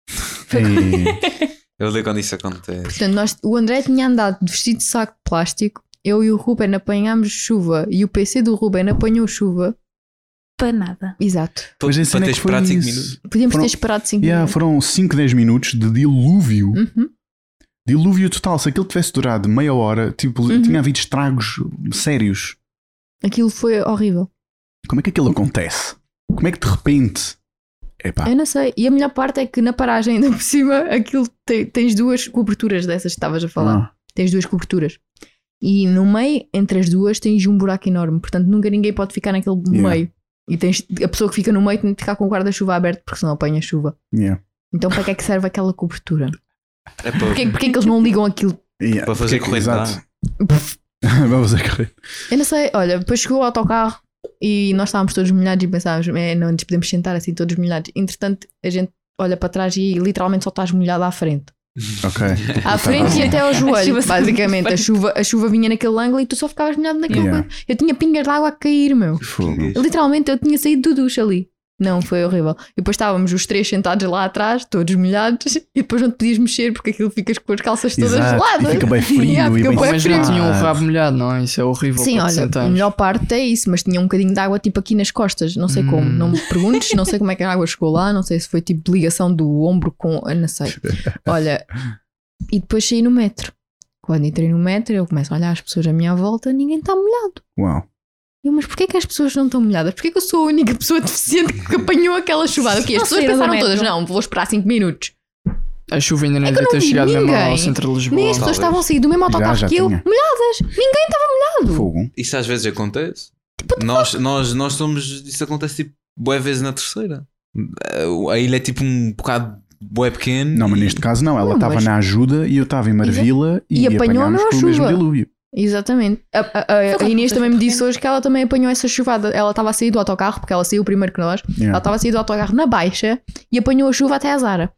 Speaker 1: E-
Speaker 5: Eu odeio quando isso acontece.
Speaker 2: Portanto, nós, o André tinha andado de vestido de saco de plástico, eu e o Ruben apanhámos chuva e o PC do Ruben apanhou chuva.
Speaker 4: Para nada.
Speaker 2: Exato.
Speaker 1: Mas a
Speaker 5: Para
Speaker 1: cena é
Speaker 5: teres
Speaker 1: que foi
Speaker 5: esperado 5
Speaker 1: isso.
Speaker 5: minutos.
Speaker 2: Podíamos
Speaker 1: Foram-
Speaker 2: ter esperado 5
Speaker 1: Yeah,
Speaker 2: minutos.
Speaker 1: foram 5, 10 minutos de dilúvio.
Speaker 2: Uhum.
Speaker 1: Dilúvio total. Se aquilo tivesse durado meia hora, tipo,
Speaker 2: Uhum.
Speaker 1: tinha havido estragos sérios.
Speaker 2: Aquilo foi horrível.
Speaker 1: Como é que aquilo acontece? Como é que de repente. Epá,
Speaker 2: Eu não sei. E a melhor parte é que na paragem ainda por cima, aquilo te- tens duas coberturas dessas que estavas a falar.
Speaker 1: ah,
Speaker 2: Tens duas coberturas. E no meio, entre as duas, tens um buraco enorme. Portanto, nunca ninguém pode ficar naquele
Speaker 1: Yeah.
Speaker 2: meio. E tens a pessoa que fica no meio tem de ficar com o guarda-chuva aberto porque senão apanha chuva.
Speaker 1: yeah.
Speaker 2: Então, para que é que serve aquela cobertura?
Speaker 5: É para,
Speaker 2: Porquê, porquê é que eles não ligam aquilo?
Speaker 1: Yeah.
Speaker 5: para fazer
Speaker 1: Porque- é
Speaker 5: corrente.
Speaker 1: Exato.
Speaker 5: de ar.
Speaker 1: Vamos a correr.
Speaker 2: Eu não sei. Olha, depois chegou o autocarro e nós estávamos todos molhados e pensávamos, é, não nos podemos sentar assim todos molhados. Entretanto, a gente olha para trás e literalmente só estás molhado à frente.
Speaker 1: Ok.
Speaker 2: à frente e até ao joelho.
Speaker 4: chuva sempre
Speaker 2: basicamente, a
Speaker 4: diferente.
Speaker 2: chuva, a chuva vinha naquele ângulo e tu só ficavas molhado naquele
Speaker 1: Yeah.
Speaker 2: coisa. Eu tinha pingas de água a cair, meu.
Speaker 1: Fogo.
Speaker 2: Literalmente, eu tinha saído do duche ali. Não, foi horrível. E depois estávamos os três sentados lá atrás, todos molhados, e depois não te podias mexer porque aquilo ficas com as calças todas
Speaker 1: Exato.
Speaker 2: geladas.
Speaker 1: E fica bem frio
Speaker 2: Yeah,
Speaker 1: e
Speaker 2: fica
Speaker 1: bem
Speaker 2: bué
Speaker 3: Mas já
Speaker 2: frio.
Speaker 3: tinham o rabo molhado, não? Isso é horrível.
Speaker 2: Ah. Sim,
Speaker 3: para te
Speaker 2: olha, a
Speaker 3: sentares.
Speaker 2: melhor parte é isso, mas tinha um bocadinho de água tipo aqui nas costas, não sei
Speaker 3: Hum.
Speaker 2: como, não me perguntes, não sei como é que a água chegou lá, não sei se foi tipo de ligação do ombro com, eu não sei. Olha, e depois saí no metro. Quando entrei no metro, eu começo a olhar as pessoas à minha volta, ninguém tá está molhado.
Speaker 1: Uau.
Speaker 2: Eu, mas porquê que as pessoas não estão molhadas? Porquê que eu sou a única pessoa deficiente que apanhou aquela chuvada? O quê? As
Speaker 4: Não
Speaker 2: pessoas
Speaker 4: saíram do
Speaker 2: pensaram todas,
Speaker 4: metro.
Speaker 2: não, vou esperar 5 minutos.
Speaker 3: A chuva ainda nem
Speaker 2: É que eu
Speaker 3: devia
Speaker 2: não
Speaker 3: ter
Speaker 2: vi
Speaker 3: chegado mesmo ao
Speaker 2: ninguém.
Speaker 3: centro de Lisboa.
Speaker 2: Nem as pessoas
Speaker 5: Talvez.
Speaker 2: estavam a sair do mesmo autocarro
Speaker 1: já
Speaker 2: que eu,
Speaker 1: tinha.
Speaker 2: molhadas. Ninguém estava molhado.
Speaker 1: Fogo.
Speaker 5: Isso às vezes acontece. Nós, nós, nós somos. Isso acontece tipo boé vezes na terceira. A- A ilha é tipo um bocado boé pequeno.
Speaker 1: Não, mas
Speaker 5: e-
Speaker 1: neste caso não. Ela
Speaker 2: Não,
Speaker 1: estava
Speaker 2: mas-
Speaker 1: na ajuda e eu estava em Marvila e,
Speaker 2: E apanhou a
Speaker 1: apanhámos
Speaker 2: mesma
Speaker 1: com o mesmo
Speaker 2: chuva.
Speaker 1: dilúvio.
Speaker 2: Exatamente. A, a- a-
Speaker 4: Foi
Speaker 2: a
Speaker 4: quando
Speaker 2: Inês
Speaker 4: vocês
Speaker 2: também me disse
Speaker 4: perceberam?
Speaker 2: hoje que ela também apanhou essa chuvada. Ela estava a sair do autocarro, porque ela saiu primeiro que nós. Ela
Speaker 1: Yeah.
Speaker 2: estava a sair do autocarro na baixa e apanhou a chuva até à Zara.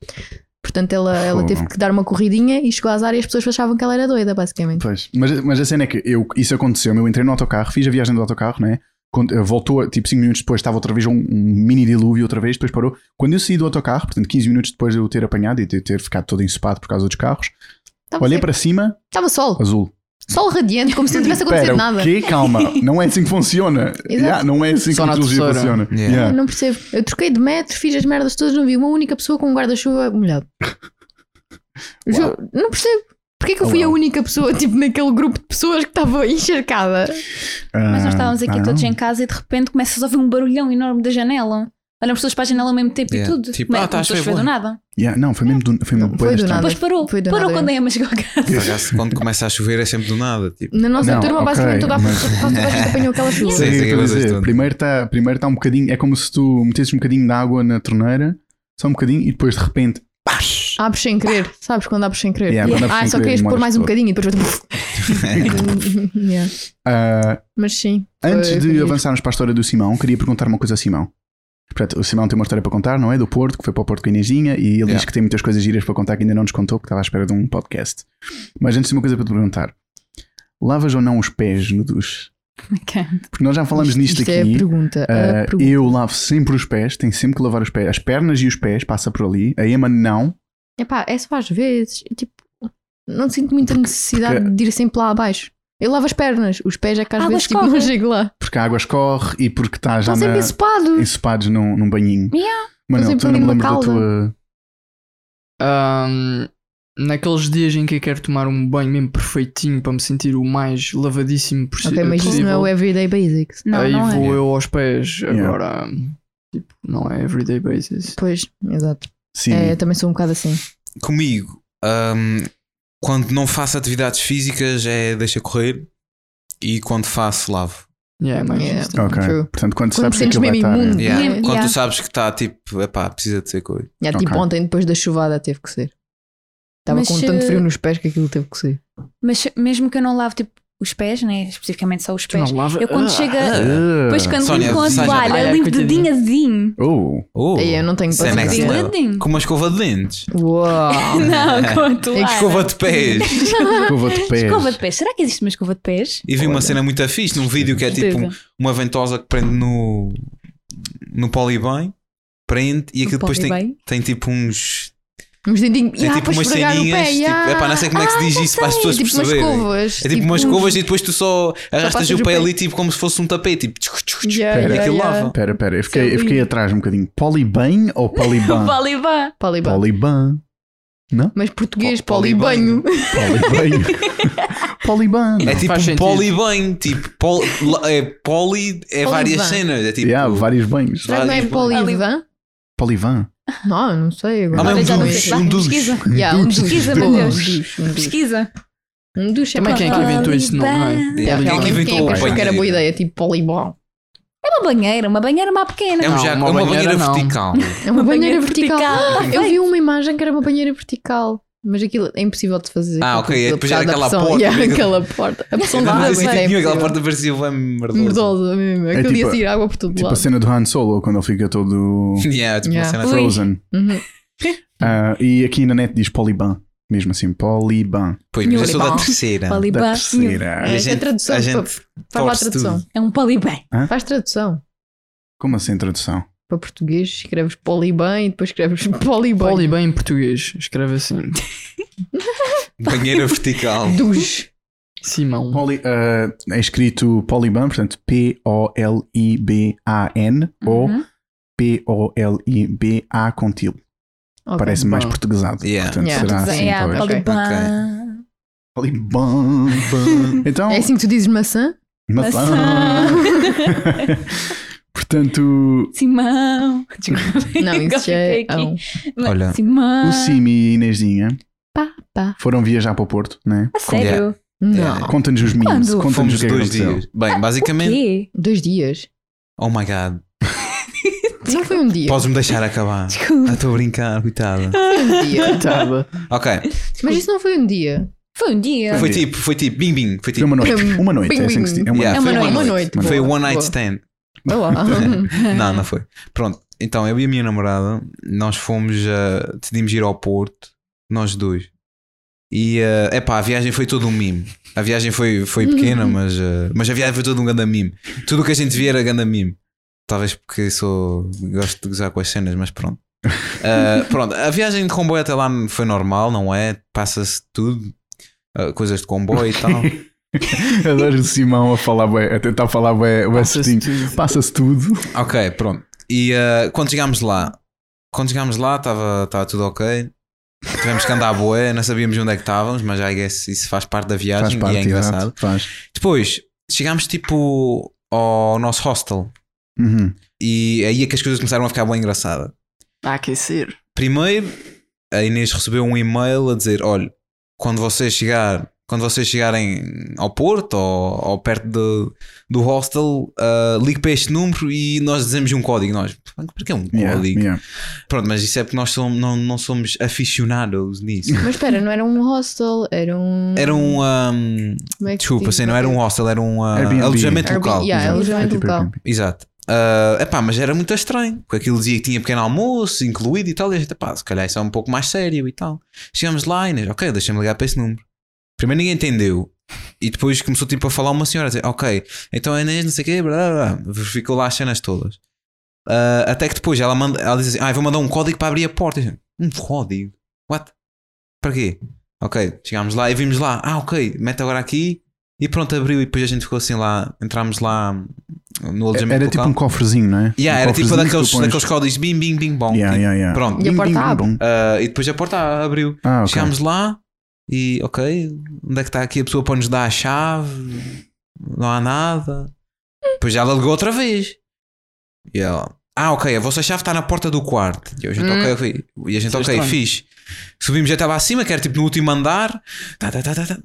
Speaker 2: Portanto, ela, ela
Speaker 1: Fogo.
Speaker 2: teve que dar uma corridinha e chegou à Zara e as pessoas achavam que ela era doida, basicamente.
Speaker 1: Pois. Mas, mas a cena é que eu, isso aconteceu. Eu entrei no autocarro, fiz a viagem do autocarro, né? Quando, eh, voltou, tipo 5 minutos depois, estava outra vez um, um mini dilúvio, outra vez, depois parou. Quando eu saí do autocarro, portanto 15 minutos depois de eu ter apanhado e de ter ficado todo ensopado por causa dos carros,
Speaker 2: Estava,
Speaker 1: olhei
Speaker 2: seco.
Speaker 1: para cima,
Speaker 2: Estava sol.
Speaker 1: azul.
Speaker 2: Sol radiante, como se não tivesse acontecido
Speaker 1: Espera,
Speaker 2: nada.
Speaker 1: o quê? Calma, não é assim que funciona. Yeah, não é assim que
Speaker 3: Só
Speaker 1: a
Speaker 3: na
Speaker 1: tecnologia
Speaker 3: terceira.
Speaker 1: funciona.
Speaker 5: Yeah.
Speaker 2: Eu
Speaker 1: Yeah.
Speaker 2: não percebo. Eu troquei de metro, fiz as merdas todas, não vi uma única pessoa com um guarda-chuva molhado. Ju- Não percebo. Porquê que eu fui
Speaker 1: Uau.
Speaker 2: a única pessoa, tipo, naquele grupo de pessoas que estava encharcada?
Speaker 4: Mas nós estávamos
Speaker 1: Ah,
Speaker 4: aqui
Speaker 1: ah,
Speaker 4: todos
Speaker 1: não.
Speaker 4: em casa e de repente começas a ouvir um barulhão enorme da janela. Olhamos todas para a janela ao mesmo tempo
Speaker 5: Yeah.
Speaker 4: e tudo.
Speaker 5: Tipo,
Speaker 4: Mas
Speaker 5: ah,
Speaker 4: não
Speaker 5: tá,
Speaker 4: estás a
Speaker 5: achei
Speaker 4: ver do
Speaker 5: bom.
Speaker 4: nada.
Speaker 1: Yeah, não, foi mesmo do, foi mesmo
Speaker 2: Não,
Speaker 1: bué
Speaker 2: foi do
Speaker 1: estranho.
Speaker 2: nada.
Speaker 4: Depois parou.
Speaker 2: Foi do
Speaker 4: parou
Speaker 2: nada
Speaker 4: quando é a Emma chegou a casa.
Speaker 5: Por
Speaker 3: assim.
Speaker 5: acaso, Quando começa a chover é sempre do nada. Tipo.
Speaker 2: Na nossa
Speaker 1: Não,
Speaker 2: turma,
Speaker 1: ok,
Speaker 2: basicamente, toda a
Speaker 1: mas-
Speaker 2: quase toda a gente apanhou aquela chuva.
Speaker 5: Sim,
Speaker 1: Sim,
Speaker 5: sim,
Speaker 1: estou a
Speaker 5: vocês
Speaker 1: dizer,
Speaker 5: estão-
Speaker 1: primeiro está primeiro tá um bocadinho. É como se tu metesses um bocadinho de água na torneira, só um bocadinho, e depois de repente. Bash!
Speaker 2: Abres sem querer, sabes? Quando abres sem querer.
Speaker 1: Yeah, quando abres
Speaker 2: ah,
Speaker 1: sem
Speaker 2: só
Speaker 1: querer,
Speaker 2: querias pôr
Speaker 1: demoras
Speaker 2: mais um
Speaker 1: todo.
Speaker 2: bocadinho e depois. Yeah.
Speaker 1: Ah,
Speaker 2: Mas sim.
Speaker 1: antes
Speaker 2: Foi-
Speaker 1: de
Speaker 2: foi giro.
Speaker 1: avançarmos para a história do Simão, queria perguntar uma coisa ao Simão. Portanto, o Simão tem uma história para contar, não é? Do Porto, que foi para o Porto com a Inezinha, e ele diz
Speaker 5: Yeah.
Speaker 1: que tem muitas coisas giras para contar que ainda não nos contou, que estava à espera de um podcast. Mas antes, uma coisa para te perguntar: lavas ou não os pés no duche? Porque nós já falamos
Speaker 2: Isto-
Speaker 1: nisto
Speaker 2: isto
Speaker 1: aqui.
Speaker 2: É a pergunta. a
Speaker 1: Uh,
Speaker 2: pergunta.
Speaker 1: eu lavo sempre os pés, tenho sempre que lavar os pés, as pernas e os pés, passa por ali. A Emma não.
Speaker 2: Epá, é só às vezes. e, Tipo, não sinto muita necessidade de ir sempre lá abaixo. Eu lavo as pernas, os pés é que às
Speaker 4: Ah,
Speaker 2: vezes
Speaker 4: mas
Speaker 2: tipo, não
Speaker 4: corre.
Speaker 2: chego lá.
Speaker 1: porque a água escorre e porque está já
Speaker 2: Estão
Speaker 5: é
Speaker 2: sempre
Speaker 1: na,
Speaker 2: ensopados.
Speaker 1: ensopados num, num banhinho.
Speaker 4: Yeah.
Speaker 1: Mas não,
Speaker 2: Estão sempre
Speaker 1: tu não
Speaker 2: ali
Speaker 1: me
Speaker 2: numa
Speaker 1: lembro da
Speaker 2: calda.
Speaker 1: tua.
Speaker 3: Ahm, naqueles dias em que eu quero tomar um banho mesmo perfeitinho para me sentir o mais lavadíssimo possi-
Speaker 2: Ok, mas isso não é
Speaker 3: possível,
Speaker 2: o everyday basics.
Speaker 4: Não,
Speaker 3: aí
Speaker 4: não é.
Speaker 3: vou eu aos pés.
Speaker 1: Yeah.
Speaker 3: Agora, tipo, não é everyday basis.
Speaker 2: Pois, exato.
Speaker 1: Sim.
Speaker 2: É, eu também sou um bocado assim.
Speaker 5: Comigo, hum, quando não faço atividades físicas é deixa correr e quando faço lavo.
Speaker 3: Yeah, é mas
Speaker 2: Yeah.
Speaker 3: isso-
Speaker 1: ok.
Speaker 2: True.
Speaker 1: Portanto, quando,
Speaker 2: Quando
Speaker 1: sabes que
Speaker 2: sentes
Speaker 1: aquilo vai
Speaker 2: mesmo
Speaker 1: estar.
Speaker 2: imundo.
Speaker 5: Yeah.
Speaker 4: Yeah.
Speaker 5: Quando
Speaker 4: Yeah.
Speaker 5: tu sabes que está tipo, epá, precisa de ser coisa.
Speaker 2: É, tipo
Speaker 1: Ok.
Speaker 2: ontem, depois da chuvada, teve que ser. Estava
Speaker 4: Mas,
Speaker 2: com tanto
Speaker 4: eh,
Speaker 2: frio nos pés que aquilo teve que ser.
Speaker 4: Mas mesmo que eu não lave tipo os pés, né? Especificamente só os
Speaker 3: Tu
Speaker 4: pés.
Speaker 3: não lava-
Speaker 4: Eu quando
Speaker 3: Ah,
Speaker 4: chego a-
Speaker 1: Ah.
Speaker 4: Depois quando
Speaker 5: Sónia,
Speaker 4: limpo com a
Speaker 5: Sónia,
Speaker 3: ai,
Speaker 4: toalha,
Speaker 3: ai,
Speaker 4: limpo
Speaker 3: coitadinha.
Speaker 4: dedinho a dedinho.
Speaker 1: Oh.
Speaker 5: Oh,
Speaker 2: Aí eu não tenho
Speaker 5: Isso é
Speaker 2: paciência.
Speaker 5: next
Speaker 4: Dedinho a
Speaker 5: level.
Speaker 4: dedinho.
Speaker 5: com uma escova de dentes.
Speaker 2: Uau!
Speaker 4: Não, com a toalha.
Speaker 5: É Escova de pés.
Speaker 1: Escova de pés.
Speaker 4: Escova de pés. Será que existe uma escova de pés?
Speaker 5: E vi uma cena muito fixe num vídeo que é tipo um- uma ventosa que prende no, no polybem, prende e aquilo depois tem,
Speaker 4: bem.
Speaker 5: tem tipo uns.
Speaker 2: Uns dedinhos.
Speaker 5: Tem
Speaker 2: Ya,
Speaker 5: tipo
Speaker 2: para
Speaker 5: umas
Speaker 2: esfregar o
Speaker 5: ceninhas.
Speaker 2: pé,
Speaker 5: tipo,
Speaker 2: ya.
Speaker 5: epá, não sei como é que se diz isso para as pessoas
Speaker 2: É tipo umas
Speaker 5: perceberem.
Speaker 2: escovas.
Speaker 5: É tipo umas
Speaker 2: uns-
Speaker 5: escovas e depois tu só arrastas
Speaker 2: passas
Speaker 5: o
Speaker 2: o
Speaker 5: pé
Speaker 2: pé.
Speaker 5: ali tipo como se fosse um tapete. Tipo, tchuc, tchuc, tchuc,
Speaker 2: Yeah,
Speaker 5: e
Speaker 1: yeah,
Speaker 5: aquilo
Speaker 2: yeah.
Speaker 5: lava.
Speaker 1: Pera, pera, eu fiquei, eu
Speaker 2: Sim.
Speaker 1: fiquei atrás um bocadinho. Poliban ou
Speaker 4: Ah.
Speaker 1: poliban?
Speaker 4: Balibá.
Speaker 2: Poliban.
Speaker 1: poliban.
Speaker 2: Mas português,
Speaker 5: Po- polibanho.
Speaker 2: polibanho.
Speaker 1: Poliban. poliban.
Speaker 5: É tipo
Speaker 3: Faz
Speaker 5: um
Speaker 3: sentido.
Speaker 5: polybem. Tipo, pol, la- é poli é várias
Speaker 2: Poliban.
Speaker 5: cenas. É tipo.
Speaker 1: Yeah, vários banhos.
Speaker 2: Será que não é
Speaker 5: vários-
Speaker 2: polivan?
Speaker 1: Polivan.
Speaker 2: Não, eu não sei. Agora.
Speaker 5: Ah, mas
Speaker 4: Olha, já
Speaker 5: um
Speaker 4: não
Speaker 5: duche,
Speaker 4: sei.
Speaker 5: um
Speaker 4: Vá,
Speaker 5: duche.
Speaker 4: Pesquisa.
Speaker 2: Ya, um dos.
Speaker 4: é Pesquisa,
Speaker 2: Boa.
Speaker 4: meu
Speaker 2: Um
Speaker 4: Deus.
Speaker 2: dos, um dos.
Speaker 4: Pesquisa.
Speaker 2: Um dos é
Speaker 3: Também quem é que
Speaker 2: para-
Speaker 3: inventou isso, não é?
Speaker 2: Yeah,
Speaker 5: Yeah, quem é que
Speaker 2: Realmente quem é
Speaker 5: inventou
Speaker 2: que achou
Speaker 5: o
Speaker 2: que era boa
Speaker 5: banheiro?
Speaker 2: ideia? Tipo polibão.
Speaker 4: É uma banheira, uma banheira mais pequena.
Speaker 5: É um
Speaker 3: Não,
Speaker 5: jaco-
Speaker 3: uma
Speaker 5: é uma banheira
Speaker 3: banheira não.
Speaker 5: vertical.
Speaker 2: É uma banheira
Speaker 4: banheira
Speaker 2: vertical.
Speaker 4: vertical.
Speaker 2: Eu vi uma imagem que era uma banheira vertical. Mas aquilo é impossível de fazer.
Speaker 5: Ah, ok,
Speaker 2: Aquilo,
Speaker 5: depois era
Speaker 2: por causa da pressão.
Speaker 5: aquela porta,
Speaker 2: Yeah,
Speaker 5: né?
Speaker 2: aquela porta. A pressão
Speaker 5: Eu
Speaker 2: da
Speaker 5: não
Speaker 2: água.
Speaker 5: fazia
Speaker 2: isso é
Speaker 5: sentido, aquela
Speaker 2: impossível.
Speaker 5: porta parecia bem merdosa.
Speaker 2: Merdosa mesmo. Aquilo
Speaker 1: tipo
Speaker 2: ia
Speaker 1: a-
Speaker 2: sair água por todo
Speaker 1: Tipo a
Speaker 2: lado.
Speaker 1: cena do Han Solo, quando ele fica todo
Speaker 5: Yeah, tipo uma
Speaker 2: Yeah.
Speaker 5: cena
Speaker 4: Ui.
Speaker 1: frozen.
Speaker 2: Uhum.
Speaker 1: Ah, e aqui na net diz poliban. Mesmo assim, poliban.
Speaker 5: Pois, mas tipo, eu sou da
Speaker 4: Palibão.
Speaker 5: terceira.
Speaker 1: Da
Speaker 4: Balibá.
Speaker 1: terceira.
Speaker 5: A
Speaker 2: É,
Speaker 5: gente-
Speaker 2: a tradução.
Speaker 5: a gente
Speaker 2: pá, Faz lá a
Speaker 5: torce
Speaker 2: tradução.
Speaker 4: É um polibé.
Speaker 2: Faz tradução.
Speaker 1: Como assim tradução?
Speaker 2: Para português escreves poliban e depois escreves poliban.
Speaker 3: Poli bem em português. Escreve assim.
Speaker 5: Banheira vertical.
Speaker 2: Dos.
Speaker 3: Simão.
Speaker 1: Poli- ah, é escrito poliban, portanto P-O-L-I-B-A-N ou
Speaker 4: Uhum.
Speaker 1: P-O-L-I-B-A contil.
Speaker 2: Ok.
Speaker 1: Parece mais
Speaker 3: Bom.
Speaker 1: portuguesado.
Speaker 5: Yeah.
Speaker 1: Portanto,
Speaker 2: Yeah.
Speaker 1: será assim,
Speaker 4: Yeah,
Speaker 1: talvez.
Speaker 4: polibá.
Speaker 1: Poliban, ban. Então,
Speaker 2: É assim que tu dizes maçã?
Speaker 1: maçã. Portanto,
Speaker 4: Simão. Desculpa.
Speaker 2: Não,
Speaker 4: Agora
Speaker 2: isso já é.
Speaker 4: fiquei aqui. Mas-
Speaker 5: Olha,
Speaker 4: Simão.
Speaker 1: o Simi e a Inezinha
Speaker 2: Pá, pá.
Speaker 1: foram viajar para o Porto, né?
Speaker 5: é?
Speaker 4: A sério?
Speaker 2: Não.
Speaker 5: Yeah.
Speaker 1: É, Conta-nos os memes,
Speaker 4: Quando?
Speaker 1: conta-nos o
Speaker 5: Fomos
Speaker 1: que é que
Speaker 5: dois
Speaker 1: aconteceu.
Speaker 5: dias. Bem, basicamente.
Speaker 4: Quê?
Speaker 2: Dois dias.
Speaker 5: Oh my god.
Speaker 2: Não foi um dia.
Speaker 5: Podes-me deixar acabar. Ah,
Speaker 4: Desculpa.
Speaker 5: Estou a brincar, coitada.
Speaker 2: Um dia.
Speaker 3: Tava.
Speaker 5: Ok.
Speaker 2: Mas isso não foi um dia.
Speaker 4: Foi um dia.
Speaker 5: Foi tipo, foi tipo, bim bim. Foi
Speaker 1: Foi
Speaker 5: tipo.
Speaker 1: uma noite, uma noite, é assim que se diz. É uma
Speaker 5: Yeah,
Speaker 1: noite.
Speaker 4: É uma
Speaker 5: foi
Speaker 4: noite.
Speaker 2: Uma noite.
Speaker 5: Foi
Speaker 2: Boa,
Speaker 5: one night
Speaker 2: boa.
Speaker 5: stand.
Speaker 2: Vá lá.
Speaker 5: Não, não foi. Pronto, então eu e a minha namorada, nós fomos, ah, decidimos ir ao Porto, nós dois. E é epá, a viagem foi todo um mime. A viagem foi, foi pequena, mas, ah, mas a viagem foi todo um ganda mime. Tudo o que a gente via era ganda mime. Talvez porque sou gosto de gozar com as cenas, mas pronto. Ah, pronto, a viagem de comboio até lá foi normal, não é? Passa-se tudo, ah, coisas de comboio e tal.
Speaker 1: Adoro o Simão a falar bué, a tentar falar bué, bué certinho.
Speaker 3: tudo.
Speaker 1: Passa-se tudo.
Speaker 5: Ok, pronto. E eh, quando chegámos lá, quando chegámos lá estava tudo ok. Tivemos que andar a boé, não sabíamos onde é que estávamos, mas I guess isso faz parte da
Speaker 1: Faz
Speaker 5: viagem e é
Speaker 1: parte,
Speaker 5: engraçado.
Speaker 1: exato. Faz.
Speaker 5: Depois chegámos tipo ao nosso hostel
Speaker 1: Uhum.
Speaker 5: e aí é que as coisas começaram a ficar bem engraçadas.
Speaker 3: A aquecer.
Speaker 5: Primeiro, a Inês recebeu um e-mail a dizer: olha, quando vocês chegar, quando vocês chegarem ao Porto ou, ou perto do, do hostel, eh, ligue para este número e nós dizemos um código. Nós, para que é um
Speaker 1: Yeah,
Speaker 5: código?
Speaker 1: yeah.
Speaker 5: Pronto, mas isso é porque nós somos- não, não somos aficionados nisso.
Speaker 2: Mas espera, não era um hostel, era um.
Speaker 5: Era um. ahm,
Speaker 2: Como é que se
Speaker 5: desculpa,
Speaker 2: diz?
Speaker 5: assim, não era um hostel, era um ah,
Speaker 1: Airbnb.
Speaker 5: alojamento
Speaker 2: Airbnb,
Speaker 5: local.
Speaker 2: yeah,
Speaker 5: Exato.
Speaker 2: eles vão
Speaker 1: É
Speaker 2: em
Speaker 1: tipo
Speaker 2: local.
Speaker 1: Airbnb.
Speaker 5: Exato. Ah, epá, mas era muito estranho. Porque aquilo dizia que tinha pequeno almoço incluído e tal. E a gente, epá, se calhar isso é um pouco mais sério e tal. Chegamos lá e Inês, ok, deixa-me ligar para esse número. Primeiro ninguém entendeu. E depois começou tipo a falar uma senhora, a dizer, ok, então a Inês não sei o quê, blá, blá, blá. verificou lá as cenas todas. Ah, até que depois ela, manda, ela diz assim, ah, eu vou mandar um código para abrir a porta. Eu disse, Um código? What? Para quê? Ok, chegámos lá e vimos lá, ah, ok, mete agora aqui. E pronto, abriu e depois a gente ficou assim lá, entramos lá no alojamento
Speaker 1: Era tipo
Speaker 5: local.
Speaker 1: um cofrezinho, não é?
Speaker 5: Yeah,
Speaker 1: Um
Speaker 5: era tipo
Speaker 1: cofrezinho
Speaker 5: daqueles,
Speaker 1: que tu pões-
Speaker 5: daqueles códigos bim, bim, bim, bom.
Speaker 1: Yeah,
Speaker 5: Tipo,
Speaker 1: yeah, yeah.
Speaker 5: Pronto.
Speaker 2: E a
Speaker 1: Bim,
Speaker 2: porta
Speaker 1: bim,
Speaker 2: abre.
Speaker 1: bom.
Speaker 5: Ah, e depois a porta abriu.
Speaker 1: Ah, ok.
Speaker 5: Chegámos lá e, ok, onde é que está aqui a pessoa para nos dar a chave? Não há nada. Depois ela ligou outra vez. E ela, ah, ok, a vossa chave está na porta do quarto. E a gente, ok, ok. E a gente,
Speaker 3: Isso é
Speaker 5: ok,
Speaker 3: estranho.
Speaker 5: fixe. Subimos até lá acima, que era tipo no último andar. Tá, tá, tá, tá, tá.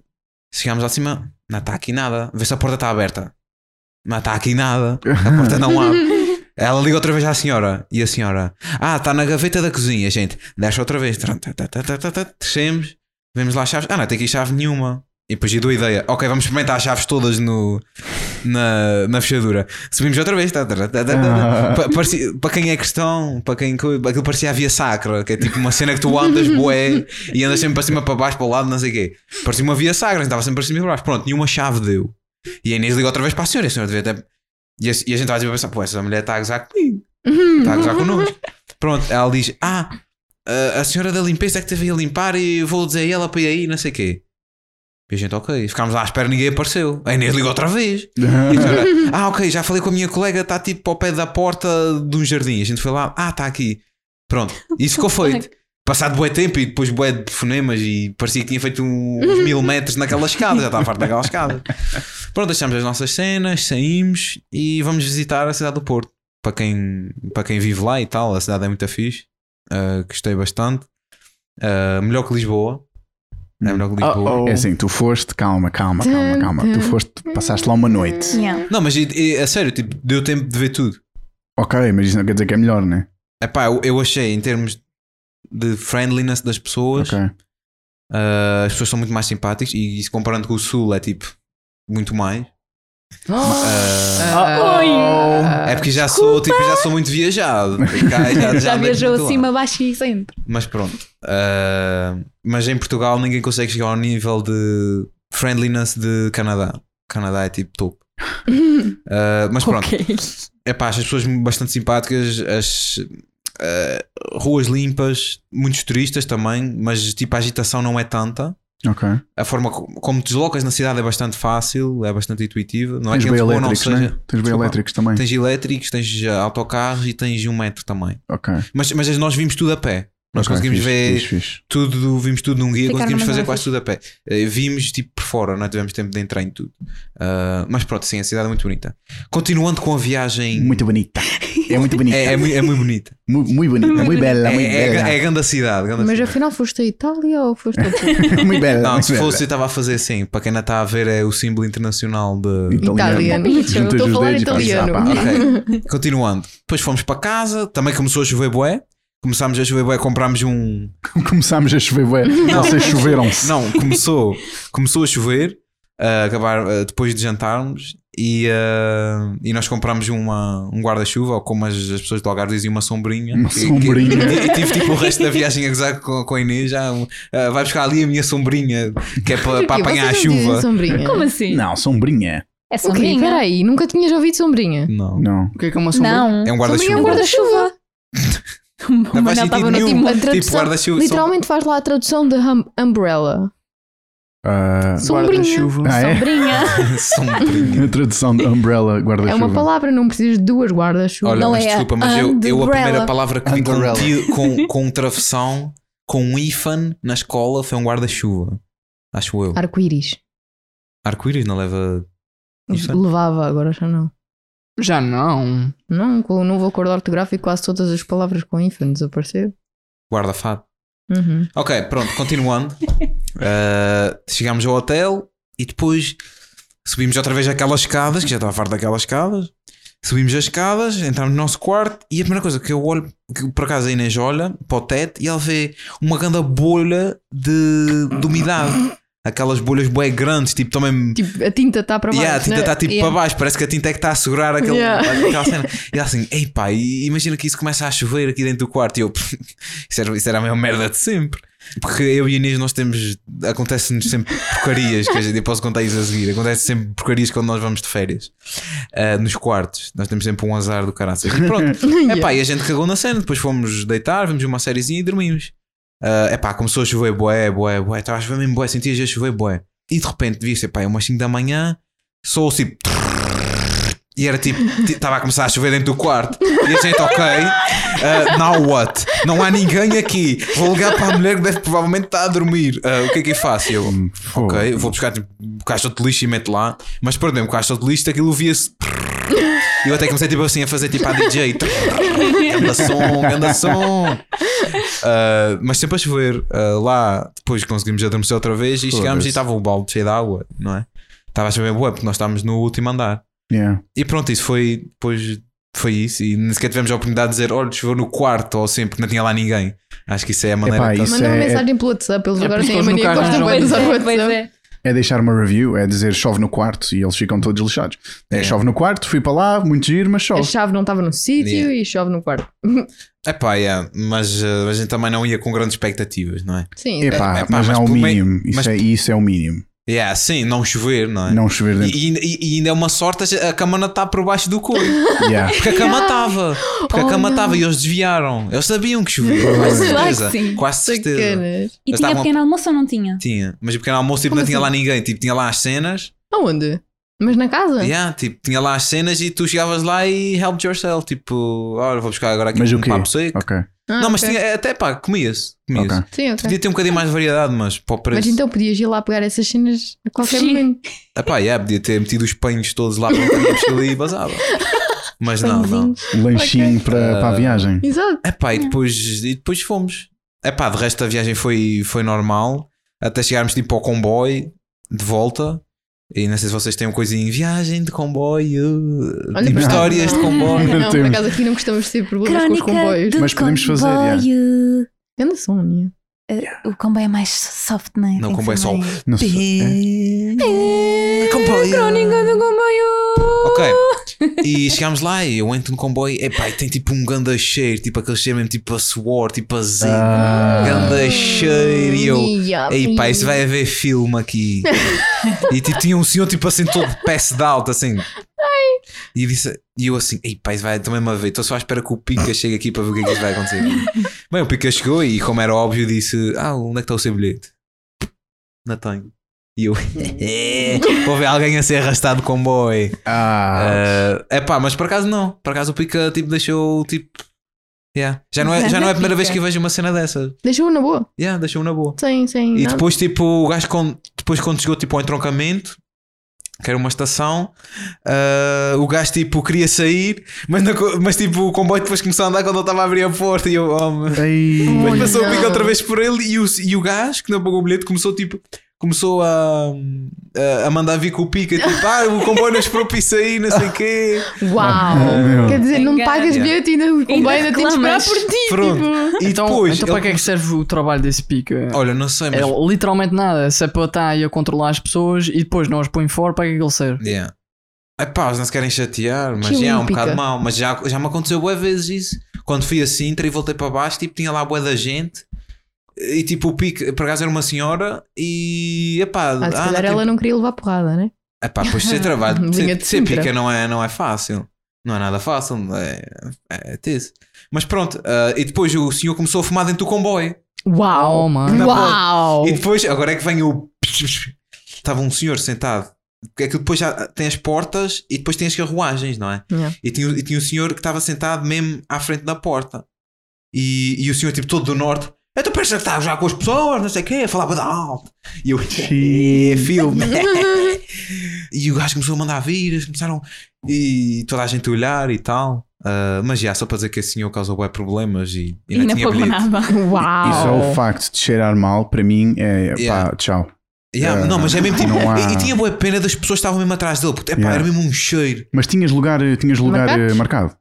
Speaker 5: Chegámos lá acima, não está aqui nada. Vê se a porta está aberta. Não está aqui nada. A porta não abre. Ela liga outra vez à senhora. E a senhora, ah, está na gaveta da cozinha, gente. Deixa outra vez. Trum, tá, tá, tá, tá, tá, tá. Descemos, vemos lá as chaves. Ah, não tem aqui chave nenhuma. E depois eu dou a ideia. Ok, vamos experimentar as chaves todas no, na, na fechadura. Subimos outra vez. tá, tá, tá, tá, tá, tá. Pa- parecia- Para quem é cristão, para quem. co- Aquilo parecia a via sacra, que é tipo uma cena que tu andas boé e andas sempre para cima, para baixo, para o lado, não sei o quê. Parecia uma via sacra, a gente estava sempre para cima e para baixo. Pronto, nenhuma chave deu. E a Inês ligou outra vez para a senhora. E a senhora devia até. E a, e a gente estava tipo, a pensar: pô, essa mulher está a gozar comigo. Está a gozar connosco. Pronto, ela diz: Ah, a, a senhora da limpeza é que teve a limpar e eu vou dizer a ela para ir aí, não sei o quê. E a gente, ok, ficámos lá à espera, ninguém apareceu. A Inês ligou outra vez. E a senhora, ah, ok, já falei com a minha colega, está tipo ao pé da porta de um jardim. A gente foi lá, ah, está aqui. Pronto, isso ficou feito. Passado bué tempo e depois bué de fonemas e parecia que tinha feito um- uns mil metros naquela escada, já estava farto daquela escada. Pronto, deixámos as nossas cenas, saímos e vamos visitar a cidade do Porto. Para quem, para quem vive lá e tal, a cidade é muito fixe. Ah, gostei bastante. Ah, melhor que Lisboa. É melhor que Lisboa.
Speaker 3: Uh-oh.
Speaker 1: É assim, tu foste, calma, calma, calma, calma. Tu foste, passaste lá uma noite.
Speaker 4: Yeah.
Speaker 5: Não, mas e- e, a sério, tipo, deu tempo de ver tudo.
Speaker 1: Ok, mas isso não quer dizer que é melhor, né?
Speaker 5: Epá, eu, eu achei em termos de friendliness das pessoas,
Speaker 1: Ok.
Speaker 5: ah, as pessoas são muito mais simpáticas e isso comparando com o Sul é tipo muito mais. Ah,
Speaker 3: Uh-oh.
Speaker 5: é porque já sou, tipo, já sou muito viajado. Cá já, já
Speaker 4: Já
Speaker 5: meto
Speaker 4: viajou
Speaker 5: muito lá.
Speaker 4: acima, baixo e sempre.
Speaker 5: Mas pronto. Ah, mas em Portugal ninguém consegue chegar ao nível de friendliness de Canadá. Canadá é tipo topo. Ah, mas pronto.
Speaker 4: Ok.
Speaker 5: Epá, acho as pessoas bastante simpáticas, as eh, ruas limpas, muitos turistas também, mas tipo a agitação não é tanta.
Speaker 1: Ok.
Speaker 5: A forma co- como te deslocas na cidade é bastante fácil, é bastante intuitiva. Não
Speaker 1: Tens
Speaker 5: é que em Lisboa não
Speaker 1: bioelétricos,
Speaker 5: seja.
Speaker 1: né? Tens bioelétricos também.
Speaker 5: Tens elétricos, tens eh, autocarros e tens um metro também.
Speaker 1: Ok.
Speaker 5: Mas, mas nós vimos tudo a pé. Nós
Speaker 1: Ok,
Speaker 5: conseguimos
Speaker 1: fixe,
Speaker 5: ver
Speaker 1: fixe, fixe.
Speaker 5: tudo, vimos tudo num guia,
Speaker 4: Ficaram
Speaker 5: conseguimos
Speaker 4: na
Speaker 5: fazer
Speaker 4: zona
Speaker 5: quase
Speaker 4: fixe.
Speaker 5: tudo a pé. Eh, Vimos tipo por fora, não tivemos tempo de entrar em tudo. Ah, mas pronto, sim, a cidade é muito bonita. Continuando com a viagem.
Speaker 1: Muito bonita. É muito bonita.
Speaker 5: É, é, mui- é muito bonita.
Speaker 1: Mu- muito bonita. Muito bela, muito
Speaker 5: é, é,
Speaker 1: bela.
Speaker 5: é, é grande a cidade. grande a
Speaker 2: Mas
Speaker 5: cidade.
Speaker 2: afinal foste a Itália ou foste a
Speaker 1: Muito bela.
Speaker 5: é. Não,
Speaker 1: é muito
Speaker 5: se
Speaker 1: bela.
Speaker 5: fosse, eu estava a fazer assim. Para quem ainda está a ver, é o símbolo internacional de.
Speaker 2: Italiano?
Speaker 1: Juntas
Speaker 2: Estou a
Speaker 1: os
Speaker 2: falar
Speaker 1: dedos e fazes,
Speaker 2: italiano.
Speaker 1: "Ah, pá,
Speaker 5: Ok, continuando. Depois fomos para casa, também começou a chover bué. Começámos a chover bué, comprámos um.
Speaker 1: Começámos a chover, bué. Vocês choveram-se.
Speaker 5: Não, começou, começou a chover, a acabar ah, depois de jantarmos. E, ah, e nós comprámos uma, um guarda-chuva, ou como as, as pessoas do Algarve dizem, uma sombrinha.
Speaker 1: Uma
Speaker 5: Que- que-
Speaker 1: sombrinha.
Speaker 5: E e tive tipo o resto da viagem a gozar com, com a Inês. Já, um, ah, vai buscar ali a minha sombrinha, que é
Speaker 2: Tipo,
Speaker 5: para, para apanhar a chuva.
Speaker 2: Sombrinha.
Speaker 4: Como assim?
Speaker 1: Não, sombrinha.
Speaker 4: É
Speaker 2: O quê?
Speaker 4: sombrinha.
Speaker 2: Peraí, nunca tinhas ouvido sombrinha?
Speaker 5: Não.
Speaker 1: Não.
Speaker 3: O que é que é uma sombra?
Speaker 4: Não.
Speaker 5: É um
Speaker 2: Sombrinha é um
Speaker 5: guarda-chuva.
Speaker 2: guarda-chuva.
Speaker 5: Não faz
Speaker 4: Manel
Speaker 5: sentido
Speaker 4: estava no
Speaker 5: nenhum.
Speaker 4: timão.
Speaker 2: A
Speaker 5: Tipo
Speaker 2: tradução-
Speaker 5: guarda-chuva.
Speaker 2: Literalmente faz lá a tradução de hum- umbrella.
Speaker 1: Ah,
Speaker 3: Guarda-chuva.
Speaker 1: ah, é?
Speaker 4: Sombrinha.
Speaker 5: som- sombrinho.
Speaker 1: A tradução de umbrella guarda-chuva.
Speaker 2: É uma palavra, não precisas de duas guarda-chuva.
Speaker 5: Olha,
Speaker 4: Não
Speaker 5: mas
Speaker 4: é a
Speaker 5: desculpa, mas eu, eu a
Speaker 4: umbrella.
Speaker 5: primeira palavra que vi com,
Speaker 1: Umbrella.
Speaker 5: ti- com, com um travessão, com um ifan na escola foi um guarda-chuva. Acho
Speaker 4: Ah.
Speaker 5: eu.
Speaker 2: Arco-íris.
Speaker 5: Arco-íris não leva. ifan?
Speaker 2: Levava, agora já não.
Speaker 5: é?
Speaker 3: Já não.
Speaker 2: Não, com o novo acordo ortográfico, quase todas as palavras com infant desapareceram.
Speaker 5: Guarda-fato.
Speaker 2: Uhum.
Speaker 5: Ok, pronto, continuando. Uh, chegámos ao hotel e depois subimos outra vez aquelas escadas, que já estava farto daquelas escadas. Subimos as escadas, entramos no nosso quarto e a primeira coisa que eu olho, que por acaso a Inês olha para o teto e ela vê uma grande bolha de, de umidade. Aquelas bolhas bué grandes, tipo também.
Speaker 2: Tipo, a tinta está para baixo.
Speaker 5: Yeah, a tinta
Speaker 2: né?
Speaker 5: está tipo
Speaker 2: Yeah.
Speaker 5: para baixo, parece que a tinta é que está a segurar aquele,
Speaker 2: Yeah.
Speaker 5: aquela cena. E ela assim, ei pá, e imagina que isso começa a chover aqui dentro do quarto. E eu, isso era, isso era a mesma merda de sempre. Porque eu e a Inês nós temos, acontece-nos sempre porcarias, que a gente- eu posso contar isso a seguir. Acontece sempre porcarias quando nós vamos de férias, ah, nos quartos. Nós temos sempre um azar do caraças. E pronto,
Speaker 2: Yeah.
Speaker 5: Epá, e a gente cagou na cena, depois fomos deitar, vimos uma sériezinha e dormimos. Ah, epá, começou a chover boé, boé, boé, estava a chover mesmo boé, sentias a chover boé. E de repente devia ser, pá, é umas 5 da manhã, só ouço tipo... E era tipo, ti- estava a começar a chover dentro do quarto. E a gente, ok, ah, now what? Não há ninguém aqui. Vou ligar para a mulher que deve provavelmente estar a dormir. Ah, o que é que eu faço? E eu,
Speaker 1: Hum,
Speaker 5: Ok,
Speaker 1: fogo.
Speaker 5: eu vou buscar tipo, caixa de lixo e meto lá. Mas perdeu-me caixa de lixo, aquilo via-se. E eu até comecei tipo assim a fazer tipo a DJ. Anda som, anda som. Ah, mas sempre a chover. Ah, lá depois conseguimos adormecer outra vez e chegámos
Speaker 1: Foda-se.
Speaker 5: e estava o balde cheio de água, não é? Estava a chover boa porque nós estávamos no último andar.
Speaker 1: Yeah.
Speaker 5: E pronto, isso foi. Depois foi isso. E nem sequer tivemos a oportunidade de dizer: olha, choveu no quarto ou assim, porque não tinha lá ninguém. Acho que isso é a maneira.
Speaker 1: Epá,
Speaker 5: que-
Speaker 1: isso
Speaker 2: Mandou uma
Speaker 1: é-
Speaker 2: mensagem pelo WhatsApp, eles
Speaker 3: É
Speaker 2: agora
Speaker 3: porque
Speaker 2: têm a
Speaker 3: eles
Speaker 2: mania
Speaker 3: nunca
Speaker 2: que gostam
Speaker 3: arranjam.
Speaker 2: bem de
Speaker 4: Pois
Speaker 2: usar o
Speaker 4: é, pois
Speaker 2: WhatsApp.
Speaker 4: é.
Speaker 1: é deixar uma review, é dizer chove no quarto e eles ficam todos lixados. É,
Speaker 5: É.
Speaker 1: chove no quarto, fui para lá, muito giro, mas
Speaker 2: A
Speaker 1: chove.
Speaker 2: chave não estava no sítio
Speaker 5: Yeah.
Speaker 2: e chove no quarto.
Speaker 5: Epá, yeah, mas eh, a gente também não ia com grandes expectativas, não é?
Speaker 2: Sim, tá
Speaker 1: Epá,
Speaker 5: Epá,
Speaker 1: mas,
Speaker 5: mas
Speaker 1: é o
Speaker 5: pelo menos-
Speaker 1: mínimo. Isso,
Speaker 5: mas-
Speaker 1: é, isso é o mínimo.
Speaker 5: Yeah, sim, não chover, não é?
Speaker 1: Não chover dentro.
Speaker 5: E, e- e ainda é uma sorte a a cama não está por baixo do couro.
Speaker 1: Yeah.
Speaker 5: Porque a cama estava. Porque a
Speaker 2: Oh,
Speaker 5: cama
Speaker 2: não.
Speaker 5: estava e eles desviaram. Eles sabiam que chovia. Quase
Speaker 4: Claro que
Speaker 5: certeza.
Speaker 4: sim.
Speaker 5: Quase certeza.
Speaker 2: sacanas.
Speaker 4: E
Speaker 5: Mas
Speaker 4: tinha
Speaker 5: estavam-
Speaker 4: pequeno almoço ou não tinha?
Speaker 5: Tinha. Mas o pequeno almoço tipo,
Speaker 2: Como
Speaker 5: não tinha
Speaker 2: assim?
Speaker 5: lá ninguém. Tipo, tinha lá as cenas.
Speaker 2: Aonde? Mas na casa?
Speaker 5: Yeah, tipo, tinha lá as cenas e tu chegavas lá e helped yourself. Tipo, olha, vou buscar agora aqui
Speaker 1: Mas
Speaker 5: um
Speaker 1: o quê?
Speaker 5: papo seco.
Speaker 1: Ok.
Speaker 2: Ah,
Speaker 5: não, mas
Speaker 2: ok.
Speaker 5: tinha, até pá, comia-se. Comia-se.
Speaker 1: Ok.
Speaker 2: Sim, ok.
Speaker 5: Podia ter um bocadinho mais de variedade, mas para o preço.
Speaker 2: Mas então podias ir lá pegar essas cenas a qualquer
Speaker 4: Sim.
Speaker 2: momento.
Speaker 5: Epá, yeah, podia ter metido os panhos todos lá para o mochila e basava. Mas não, não.
Speaker 2: Pãezinhos.
Speaker 1: Lanchinho para, para a viagem.
Speaker 2: Exato.
Speaker 5: Epá, e depois, e depois fomos. Epá, de resto a viagem foi, foi normal. Até chegarmos tipo ao comboio, de volta. E não sei se vocês têm uma coisinha em viagem de comboio,
Speaker 2: Olha para
Speaker 5: tipo
Speaker 2: cá.
Speaker 5: histórias de comboio.
Speaker 2: Não, por
Speaker 1: Temos.
Speaker 2: acaso aqui não gostamos de ter problemas com os comboios.
Speaker 4: do
Speaker 1: Mas podemos fazer,
Speaker 4: comboio.
Speaker 2: Anda Sónia.
Speaker 4: O comboio é mais soft, não é?
Speaker 5: Não,
Speaker 4: Tem
Speaker 5: o comboio é
Speaker 4: que ser
Speaker 5: só-
Speaker 2: Ah,
Speaker 4: mais-
Speaker 1: Não sei.
Speaker 4: Crónica do comboio.
Speaker 5: Ok. E chegámos lá e eu entro no comboio. Epá, e tem tipo um ganda cheiro, tipo aquele cheiro mesmo tipo a suor, tipo a zinco.
Speaker 1: Ah.
Speaker 5: Ganda cheiro. E eu,
Speaker 2: Yup,
Speaker 5: Ei pá,
Speaker 2: yup.
Speaker 5: isso vai haver filme aqui. e tipo, tinha um senhor tipo assim, todo peça de alto, assim. E, disse, e eu assim, ei pá, isso vai também uma vez. Estou só à espera que o Pica chegue aqui para ver o que é que isto vai acontecer. Bem, o Pica chegou e, como era óbvio, disse: Ah, onde é que está o seu bilhete? Não tenho. E eu, vou ver alguém a ser arrastado de comboio.
Speaker 1: Ah.
Speaker 5: É pá, mas por acaso não. Por acaso o Pica tipo, deixou tipo. Yeah. Já, não é, já não é a primeira vez que eu vejo uma cena dessas.
Speaker 2: Deixa-o na boa.
Speaker 5: Yeah, deixou-me na boa.
Speaker 2: Sem, sem
Speaker 5: E
Speaker 2: nada.
Speaker 5: depois, tipo, o gajo, quando, depois quando chegou tipo, ao entroncamento, que era uma estação, ah, o gajo, tipo, queria sair, mas, na co- mas, tipo, o comboio depois começou a andar quando ele estava a abrir a porta e eu, oh, meu-
Speaker 1: Ei.
Speaker 5: Mas passou o pico
Speaker 2: não.
Speaker 5: outra vez por ele e o, e o gajo, que não pagou o bilhete, começou, tipo, começou a, a- a mandar vir com o pica, tipo, ah, o comboio não esperou para isso aí, não sei o quê.
Speaker 2: Uau!
Speaker 1: meu.
Speaker 2: Quer dizer, não me
Speaker 4: Engana.
Speaker 2: pagas
Speaker 5: Yeah.
Speaker 2: bilhete e ainda o comboio ainda tem de esperar
Speaker 4: reclamas.
Speaker 2: por ti.
Speaker 5: Pronto. E
Speaker 3: então,
Speaker 5: depois...
Speaker 3: então
Speaker 5: ele-
Speaker 3: para que é que serve o trabalho desse pica?
Speaker 5: Olha, não sei, mas...
Speaker 3: É literalmente nada. Se é para estar aí a controlar as pessoas e depois não as põe fora, para que é que ele serve?
Speaker 5: Yeah. Epá, eles não se querem chatear, mas
Speaker 2: Que
Speaker 5: já é um
Speaker 2: olímpica.
Speaker 5: bocado mau. Mas já, já me aconteceu boas vezes isso. Quando fui a Sintra e voltei para baixo, tipo, tinha lá boa da gente. E tipo, o pique, por acaso era uma senhora e. Epá,
Speaker 2: Ah, se
Speaker 5: ah,
Speaker 2: calhar
Speaker 5: não,
Speaker 2: ela
Speaker 5: tipo,
Speaker 2: não queria levar porrada, né?
Speaker 5: Epá, pois ser trabalho.
Speaker 2: Vinha
Speaker 5: ser
Speaker 2: de
Speaker 5: ser
Speaker 2: Sintra.
Speaker 5: pica não é, não é fácil. Não é nada fácil. É, é, é teso. Mas pronto, ah, e depois o senhor começou a fumar dentro do comboio. Ah,
Speaker 3: Uau, Oh, mano.
Speaker 5: Na
Speaker 2: Uau!
Speaker 5: E depois, agora é que vem o. Estava um senhor sentado. É que depois já tem as portas e depois tem as carruagens, não é?
Speaker 2: Yeah.
Speaker 5: E, tinha, e tinha um senhor que estava sentado mesmo à frente da porta. E, e o senhor, tipo, todo do norte. Eu tu pensas que estava já com as pessoas, não sei o quê, falava de alto. E eu, é filme. e o gajo começou a mandar vir, eles começaram. E toda a gente a olhar e tal. Ah, mas já, só para dizer que esse senhor causou bué problemas e, e,
Speaker 4: E
Speaker 5: não
Speaker 4: não
Speaker 5: tinha
Speaker 4: pagou
Speaker 5: bilhete.
Speaker 4: nada.
Speaker 2: Uau!
Speaker 1: Isso é o facto de cheirar mal, para mim é
Speaker 5: Yeah.
Speaker 1: pá, tchau.
Speaker 5: Yeah,
Speaker 1: Ah,
Speaker 5: não, mas é mesmo tipo.
Speaker 1: não há-
Speaker 5: E, e tinha boa pena das pessoas que estavam mesmo atrás dele, porque epá,
Speaker 1: Yeah.
Speaker 5: era mesmo um cheiro.
Speaker 1: Mas tinhas lugar, tinhas lugar
Speaker 2: Marcados?
Speaker 1: eh, marcado?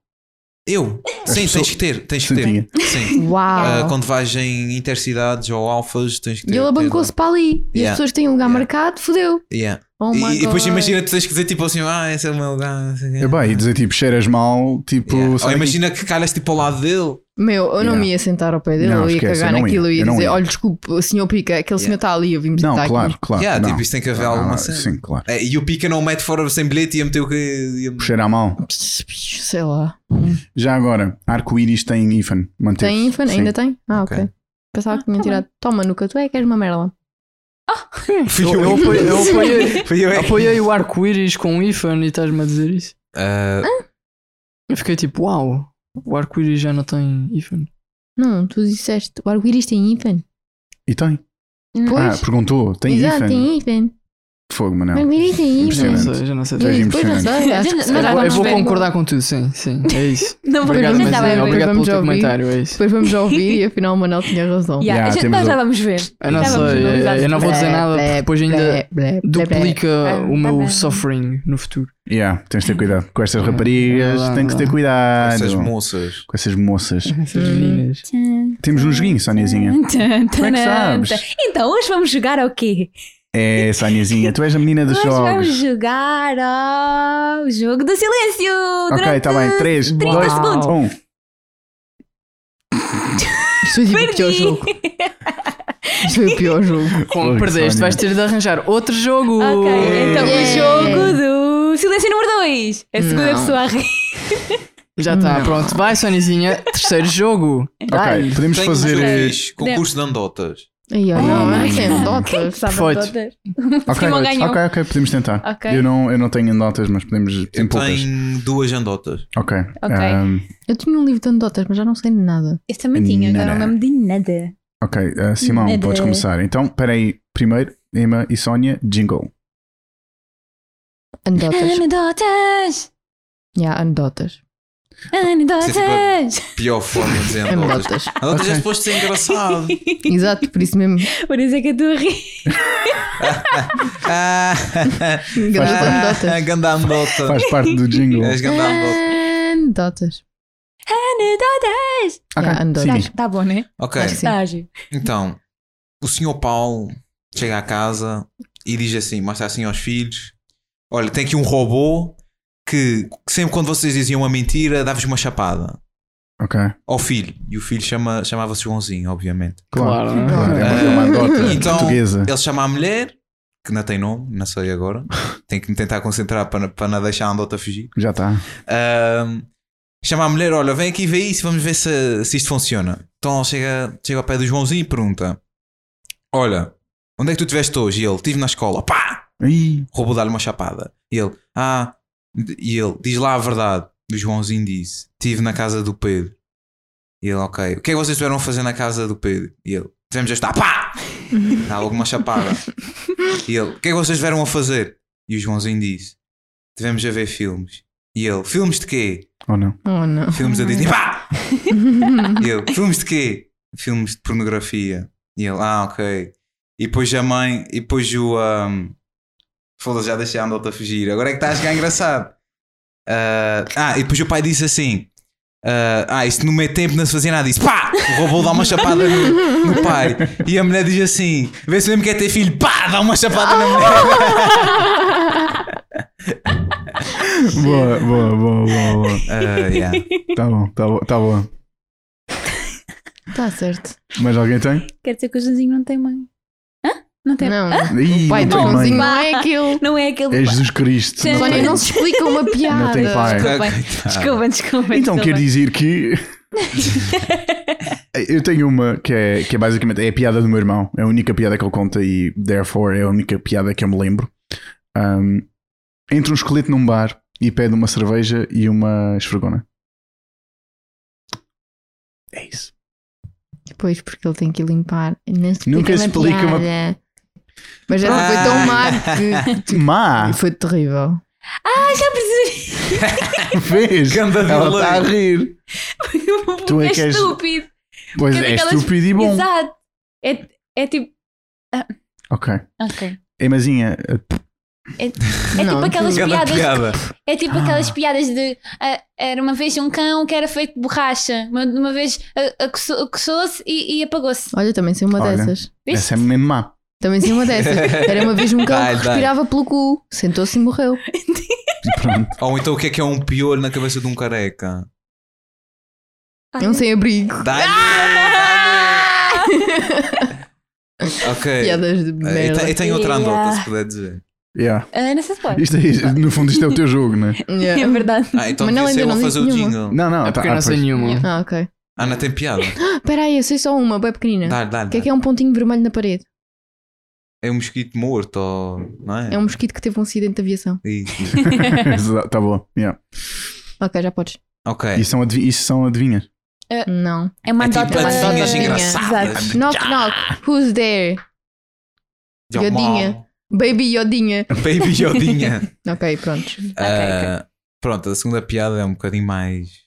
Speaker 5: Eu? Sim,
Speaker 1: pessoas-
Speaker 5: tens que ter, tens
Speaker 1: Sim,
Speaker 5: que ter.
Speaker 1: tinha.
Speaker 5: Sim. Ah,
Speaker 2: Uau!
Speaker 5: quando vais em intercidades ou alfas, tens que ter.
Speaker 2: e ele
Speaker 5: tens
Speaker 2: abancou-se para ali. E
Speaker 5: Yeah.
Speaker 2: as pessoas têm um lugar
Speaker 5: Yeah.
Speaker 2: marcado, fodeu.
Speaker 5: lá. Yeah.
Speaker 2: Oh my
Speaker 5: e, e depois
Speaker 2: God.
Speaker 5: imagina, tu tens que dizer tipo assim, ah, esse é o meu lugar. não sei o quê.
Speaker 1: É bem, e dizer tipo, cheiras mal, tipo.
Speaker 5: Yeah.
Speaker 1: sai
Speaker 5: Ou
Speaker 1: daqui.
Speaker 5: imagina que calhas tipo ao lado dele.
Speaker 2: Meu, eu não
Speaker 1: Yeah.
Speaker 2: me ia sentar ao pé dele,
Speaker 1: Não,
Speaker 2: eu ia
Speaker 1: esquece, eu
Speaker 2: cagar
Speaker 1: não ia,
Speaker 2: naquilo e ia
Speaker 1: eu não
Speaker 2: dizer:
Speaker 1: ia.
Speaker 2: olha, desculpe, senhor Pica, aquele senhor está ali, eu vim
Speaker 1: Não,
Speaker 2: visitar
Speaker 1: claro,
Speaker 2: aqui.
Speaker 1: claro.
Speaker 5: Yeah,
Speaker 1: não.
Speaker 5: tipo, isso tem que haver
Speaker 1: Ah,
Speaker 5: alguma cena.
Speaker 1: Sim, claro.
Speaker 5: É, e o pica não o mete fora sem bilhete e ia meter o que. ia-
Speaker 1: Cheirar mal.
Speaker 2: um-" Pss, pss, Sei lá.
Speaker 1: Já agora, arco-íris tem IFAN. Manteve.
Speaker 2: Tem infan?
Speaker 1: Sim.
Speaker 2: Ainda tem? Ah, ok.
Speaker 5: Ok.
Speaker 2: Pensava que tinha
Speaker 4: tá
Speaker 2: tirado. Toma, Nuca, tu é que és uma merda.
Speaker 5: Fui
Speaker 3: Eu, eu
Speaker 5: eu.
Speaker 3: apoiei, eu apoiei-
Speaker 5: Fui eu.
Speaker 3: apoiei o arco-íris com o Ifan e estás-me a dizer isso.
Speaker 5: Ah,
Speaker 3: Eu fiquei tipo, uau, o arco-íris já não tem Ifan.
Speaker 2: Não, tu disseste, o arco-íris tem infan.
Speaker 1: E tem. Ah,
Speaker 2: Pois,
Speaker 1: perguntou. Tem
Speaker 2: exato,
Speaker 1: IFAN?
Speaker 2: tem infan.
Speaker 1: Fogo,
Speaker 2: O
Speaker 1: Manel.
Speaker 2: arco-íris tem
Speaker 3: Já
Speaker 2: infan.
Speaker 3: não
Speaker 1: Impressionante.
Speaker 3: sei, já não sei.
Speaker 1: Sim.
Speaker 2: E depois não sei, acho que se
Speaker 4: Não,
Speaker 2: calhar
Speaker 3: Eu vou-
Speaker 4: não,
Speaker 3: eu
Speaker 2: vamos
Speaker 3: vou
Speaker 2: ver.
Speaker 3: concordar com tudo, sim, sim, é isso.
Speaker 4: Não vou
Speaker 3: Obrigado,
Speaker 2: vamos
Speaker 3: mas,
Speaker 2: já vai ver,
Speaker 3: obrigado pelo
Speaker 2: vamos
Speaker 3: teu
Speaker 2: ouvir.
Speaker 3: comentário, é isso.
Speaker 2: Depois vamos já ouvir e afinal o Manel tinha razão.
Speaker 1: Yeah,
Speaker 4: Yeah, a gente-
Speaker 1: temos
Speaker 4: nós já
Speaker 1: o-
Speaker 4: vamos
Speaker 3: Eu
Speaker 4: ver.
Speaker 3: não
Speaker 2: Então
Speaker 4: Já vamos
Speaker 3: sei, eu,
Speaker 4: analisar
Speaker 3: eu não vou
Speaker 4: isso.
Speaker 3: dizer nada porque depois ainda
Speaker 2: Blé, blé, blé, blé.
Speaker 3: duplica
Speaker 2: tá
Speaker 3: o meu
Speaker 4: Ah,
Speaker 3: suffering no futuro.
Speaker 1: Yeah, tens de ter cuidado. Com
Speaker 4: É
Speaker 1: estas raparigas,
Speaker 3: Não,
Speaker 1: tem que ter
Speaker 3: não.
Speaker 1: cuidado.
Speaker 5: essas moças.
Speaker 1: Com essas moças.
Speaker 4: Uhum.
Speaker 3: Essas
Speaker 2: Hum.
Speaker 3: meninas.
Speaker 1: Temos um joguinho, Soniazinha.
Speaker 4: Como
Speaker 1: sabes?
Speaker 4: Então, hoje vamos jogar ao quê?
Speaker 1: É, Soniazinha, tu és a menina dos
Speaker 4: Nós
Speaker 1: jogos.
Speaker 4: vamos jogar ao jogo do silêncio.
Speaker 1: Ok,
Speaker 4: durante
Speaker 1: está bem. um. 3,
Speaker 4: 30
Speaker 1: 2,
Speaker 4: segundos.
Speaker 1: 1.
Speaker 2: Isto foi tipo o pior
Speaker 4: Perdi.
Speaker 2: jogo. Isto foi o pior jogo.
Speaker 3: Como
Speaker 1: Oi,
Speaker 3: perdeste,
Speaker 1: Sónia.
Speaker 3: vais ter de arranjar outro jogo.
Speaker 4: Ok, então
Speaker 2: Yeah.
Speaker 4: o jogo do silêncio número 2. A segunda
Speaker 3: Não.
Speaker 4: pessoa a rir.
Speaker 3: Já está, pronto. Vai, Sonizinha, terceiro jogo.
Speaker 1: Ok, podemos
Speaker 5: Tenho
Speaker 1: fazer.
Speaker 5: um
Speaker 1: eh,
Speaker 5: fixe, concurso de andotas.
Speaker 2: Aí, olha,
Speaker 1: Oh,
Speaker 2: não é
Speaker 1: my
Speaker 2: tem
Speaker 1: God.
Speaker 2: dotas.
Speaker 4: Sabe
Speaker 3: Perfeito.
Speaker 4: todas.
Speaker 1: Ok,
Speaker 4: Simão
Speaker 1: ok,
Speaker 4: ganhou.
Speaker 1: ok, ok, podemos tentar.
Speaker 4: Ok.
Speaker 1: Eu, não, eu não tenho notas, mas podemos. Tem
Speaker 5: Eu
Speaker 1: poucas.
Speaker 5: tenho duas andotas.
Speaker 1: Ok.
Speaker 4: Ok.
Speaker 1: ahm,
Speaker 2: Eu tinha um livro de anedotas, mas já não sei de nada.
Speaker 4: Eu também tinha, agora
Speaker 1: Nada.
Speaker 4: não lembro de nada.
Speaker 1: ok, ah, Simão,
Speaker 4: Nada.
Speaker 1: podes começar. Então, peraí. Primeiro, Emma e Sónia, jingle.
Speaker 2: Anedotas.
Speaker 4: Anedotas!
Speaker 2: Já, anedotas.
Speaker 4: Anedotas!
Speaker 5: Pior forma de dizer andotas.
Speaker 2: Anedotas.
Speaker 5: Andotas
Speaker 1: Ok.
Speaker 5: é suposto ser engraçado.
Speaker 2: Exato, por isso mesmo.
Speaker 4: Por isso é que eu estou a rir.
Speaker 5: Ah,
Speaker 2: Grande
Speaker 5: ah,
Speaker 2: anedotas.
Speaker 5: ganda andota.
Speaker 1: Faz parte do jingle.
Speaker 5: És ganda andota.
Speaker 2: Anedotas.
Speaker 4: Anedotas!
Speaker 1: Ok,
Speaker 2: Yeah, andou.
Speaker 1: sim.
Speaker 4: Tá bom, né?
Speaker 5: Ok,
Speaker 2: Acho que sim.
Speaker 4: Tá, Gil.
Speaker 5: então. O senhor Paulo chega à casa e diz assim: mostra assim aos filhos: Olha, tem aqui um robô que, que sempre quando vocês diziam uma mentira, dava-vos uma chapada.
Speaker 1: Ok,
Speaker 5: Ao filho. E o filho chama, chamava-se Joãozinho, obviamente.
Speaker 1: claro.
Speaker 3: Claro. né?
Speaker 1: Claro, é uma,
Speaker 5: Ah,
Speaker 1: é uma anedota
Speaker 5: então-
Speaker 1: portuguesa.
Speaker 5: Ele chama a mulher, que não tem nome, não sei agora. Tenho que me tentar concentrar para, para não deixar a andota fugir.
Speaker 1: Já tá. está.
Speaker 5: Ahm, chama a mulher, olha, vem aqui ver isso, vamos ver se, se isto funciona. Então ele chega, chega ao pé do Joãozinho e pergunta: Olha, onde é que tu estiveste hoje? E ele, estive na escola, pá!
Speaker 1: Ih,
Speaker 5: O robô dá-lhe uma chapada. E ele, ah, e ele, diz lá a verdade. E o Joãozinho diz: Estive na casa do Pedro. E ele, ok, o que é que vocês estiveram a fazer na casa do Pedro? E ele, tivemos a estar, pá! Dá logo uma chapada. E ele, o que é que vocês estiveram a fazer? E o Joãozinho diz: Tivemos a ver filmes. E ele, filmes de quê?
Speaker 1: ou não?
Speaker 2: Oh, não.
Speaker 5: Filmes da
Speaker 4: Uhum.
Speaker 5: Disney. Pá! E eu, filmes de quê? Filmes de pornografia. E ele, ah, ok. E depois a mãe, e depois o. Um, Foda-se, já deixei a andota fugir. Agora é que está a chegar engraçado. Ah, ah, e depois o pai disse assim: ah, Ah, isto no meu tempo não se fazia nada disso. Pá! O robô dá uma chapada no, no pai. E a mulher diz assim: Vê se mesmo quer ter filho. Pá! Dá uma chapada na
Speaker 4: Ah,
Speaker 5: mulher.
Speaker 1: Boa, boa, boa, boa, boa.
Speaker 5: Ah, yeah.
Speaker 1: Tá bom, tá bom, tá bom.
Speaker 2: Está Tá certo.
Speaker 1: Mas alguém tem?
Speaker 4: Quer dizer que o Joãozinho não tem mãe. Hã? Não tem
Speaker 2: Não,
Speaker 1: Ih,
Speaker 2: o pai do
Speaker 1: não tem
Speaker 2: Joãozinho
Speaker 1: mãe.
Speaker 2: não é aquele.
Speaker 4: Não é aquele.
Speaker 1: É Jesus Cristo.
Speaker 4: Sim.
Speaker 1: não
Speaker 2: Sónia,
Speaker 1: tem-
Speaker 2: não se explica uma piada.
Speaker 1: Não tem pai.
Speaker 5: Ah,
Speaker 4: Desculpa,
Speaker 5: coitado.
Speaker 4: desculpa, desculpa.
Speaker 1: Então
Speaker 4: desculpa.
Speaker 1: quer dizer que. Eu tenho uma que é, que é basicamente é a piada do meu irmão. É a única piada que ele conta e, therefore, é a única piada que eu me lembro. Ahm, entra um esqueleto num bar e pede uma cerveja e uma esfregona. É isso.
Speaker 2: Pois, porque ele tem que limpar. Não se
Speaker 1: Nunca se explica uma-
Speaker 2: piada. Mas ela foi tão má que
Speaker 1: Má!
Speaker 2: foi terrível.
Speaker 4: Ah, já percebi.
Speaker 1: Vês?
Speaker 5: Ganda
Speaker 1: Ela tá-
Speaker 5: violão.
Speaker 1: está a rir. Tu
Speaker 4: é,
Speaker 1: é que és-
Speaker 4: estúpido.
Speaker 1: Pois
Speaker 4: Que é
Speaker 1: é,
Speaker 4: daquelas-
Speaker 1: estúpido e bom.
Speaker 4: Exato. É, é tipo.
Speaker 1: Ok. É,
Speaker 4: Ok.
Speaker 1: Emazinha,
Speaker 4: É
Speaker 2: Não,
Speaker 4: tipo aquelas
Speaker 5: Ganda
Speaker 4: piadas.
Speaker 5: piada.
Speaker 4: É tipo
Speaker 1: Ah.
Speaker 4: aquelas piadas de. ah, era uma vez um cão que era feito de borracha. Uma, uma vez ah, acossou- acossou-se e, e apagou-se.
Speaker 2: Olha, também sei uma
Speaker 1: Olha.
Speaker 2: dessas.
Speaker 4: Viste?
Speaker 1: essa é mesmo má.
Speaker 2: Também sei uma dessas. Era uma vez um cão
Speaker 5: Dai,
Speaker 2: que
Speaker 5: dai.
Speaker 2: respirava pelo cu. Sentou-se e morreu.
Speaker 1: Pronto.
Speaker 5: Ou então o que é que é um piolho na cabeça de um careca?
Speaker 2: É um sem-abrigo.
Speaker 5: Dá-lhe!
Speaker 2: Ah!
Speaker 5: dá-lhe. ok.
Speaker 2: Piadas de
Speaker 5: Ah, e
Speaker 2: merda.
Speaker 5: tem- e tem outra
Speaker 4: Yeah.
Speaker 5: andota, se puder dizer.
Speaker 1: Yeah.
Speaker 4: Ah, não sei se pode.
Speaker 1: Isto é- no fundo, isto é o teu jogo, não é?
Speaker 4: É
Speaker 2: Yeah.
Speaker 4: verdade.
Speaker 5: Ah, então
Speaker 2: Mas
Speaker 5: devia
Speaker 2: não, ainda
Speaker 5: ser eu a
Speaker 2: não
Speaker 5: fazer o
Speaker 2: disse nenhuma.
Speaker 5: jingle.
Speaker 1: Não, não.
Speaker 3: É
Speaker 1: tá-
Speaker 3: porque eu
Speaker 1: ah,
Speaker 3: não sei
Speaker 1: pois.
Speaker 3: nenhuma.
Speaker 2: Ah, ok.
Speaker 5: Ana tem piada.
Speaker 2: Espera aí, eu sei só uma, bem pequenina.
Speaker 5: Dá-lhe, dá-lhe.
Speaker 2: O que é que é
Speaker 5: dá-lhe.
Speaker 2: um pontinho vermelho na parede?
Speaker 5: É um mosquito morto, ou... não é?
Speaker 2: É um mosquito que teve um acidente de aviação.
Speaker 5: Isso.
Speaker 1: Exato, tá bom. yeah.
Speaker 2: Ok, já podes.
Speaker 5: Ok.
Speaker 1: Isso, são advi- isso são adivinhas.
Speaker 2: Não.
Speaker 4: É uma
Speaker 5: É tipo
Speaker 4: andota.
Speaker 5: adivinhas engraçadas.
Speaker 4: Exato.
Speaker 2: Knock, knock. Who's there?
Speaker 5: Your
Speaker 2: Iodinha.
Speaker 5: mom.
Speaker 2: Baby Yodinha.
Speaker 5: Baby Iodinha.
Speaker 2: Ok, pronto.
Speaker 5: Ah, Pronto, a segunda piada é um bocadinho mais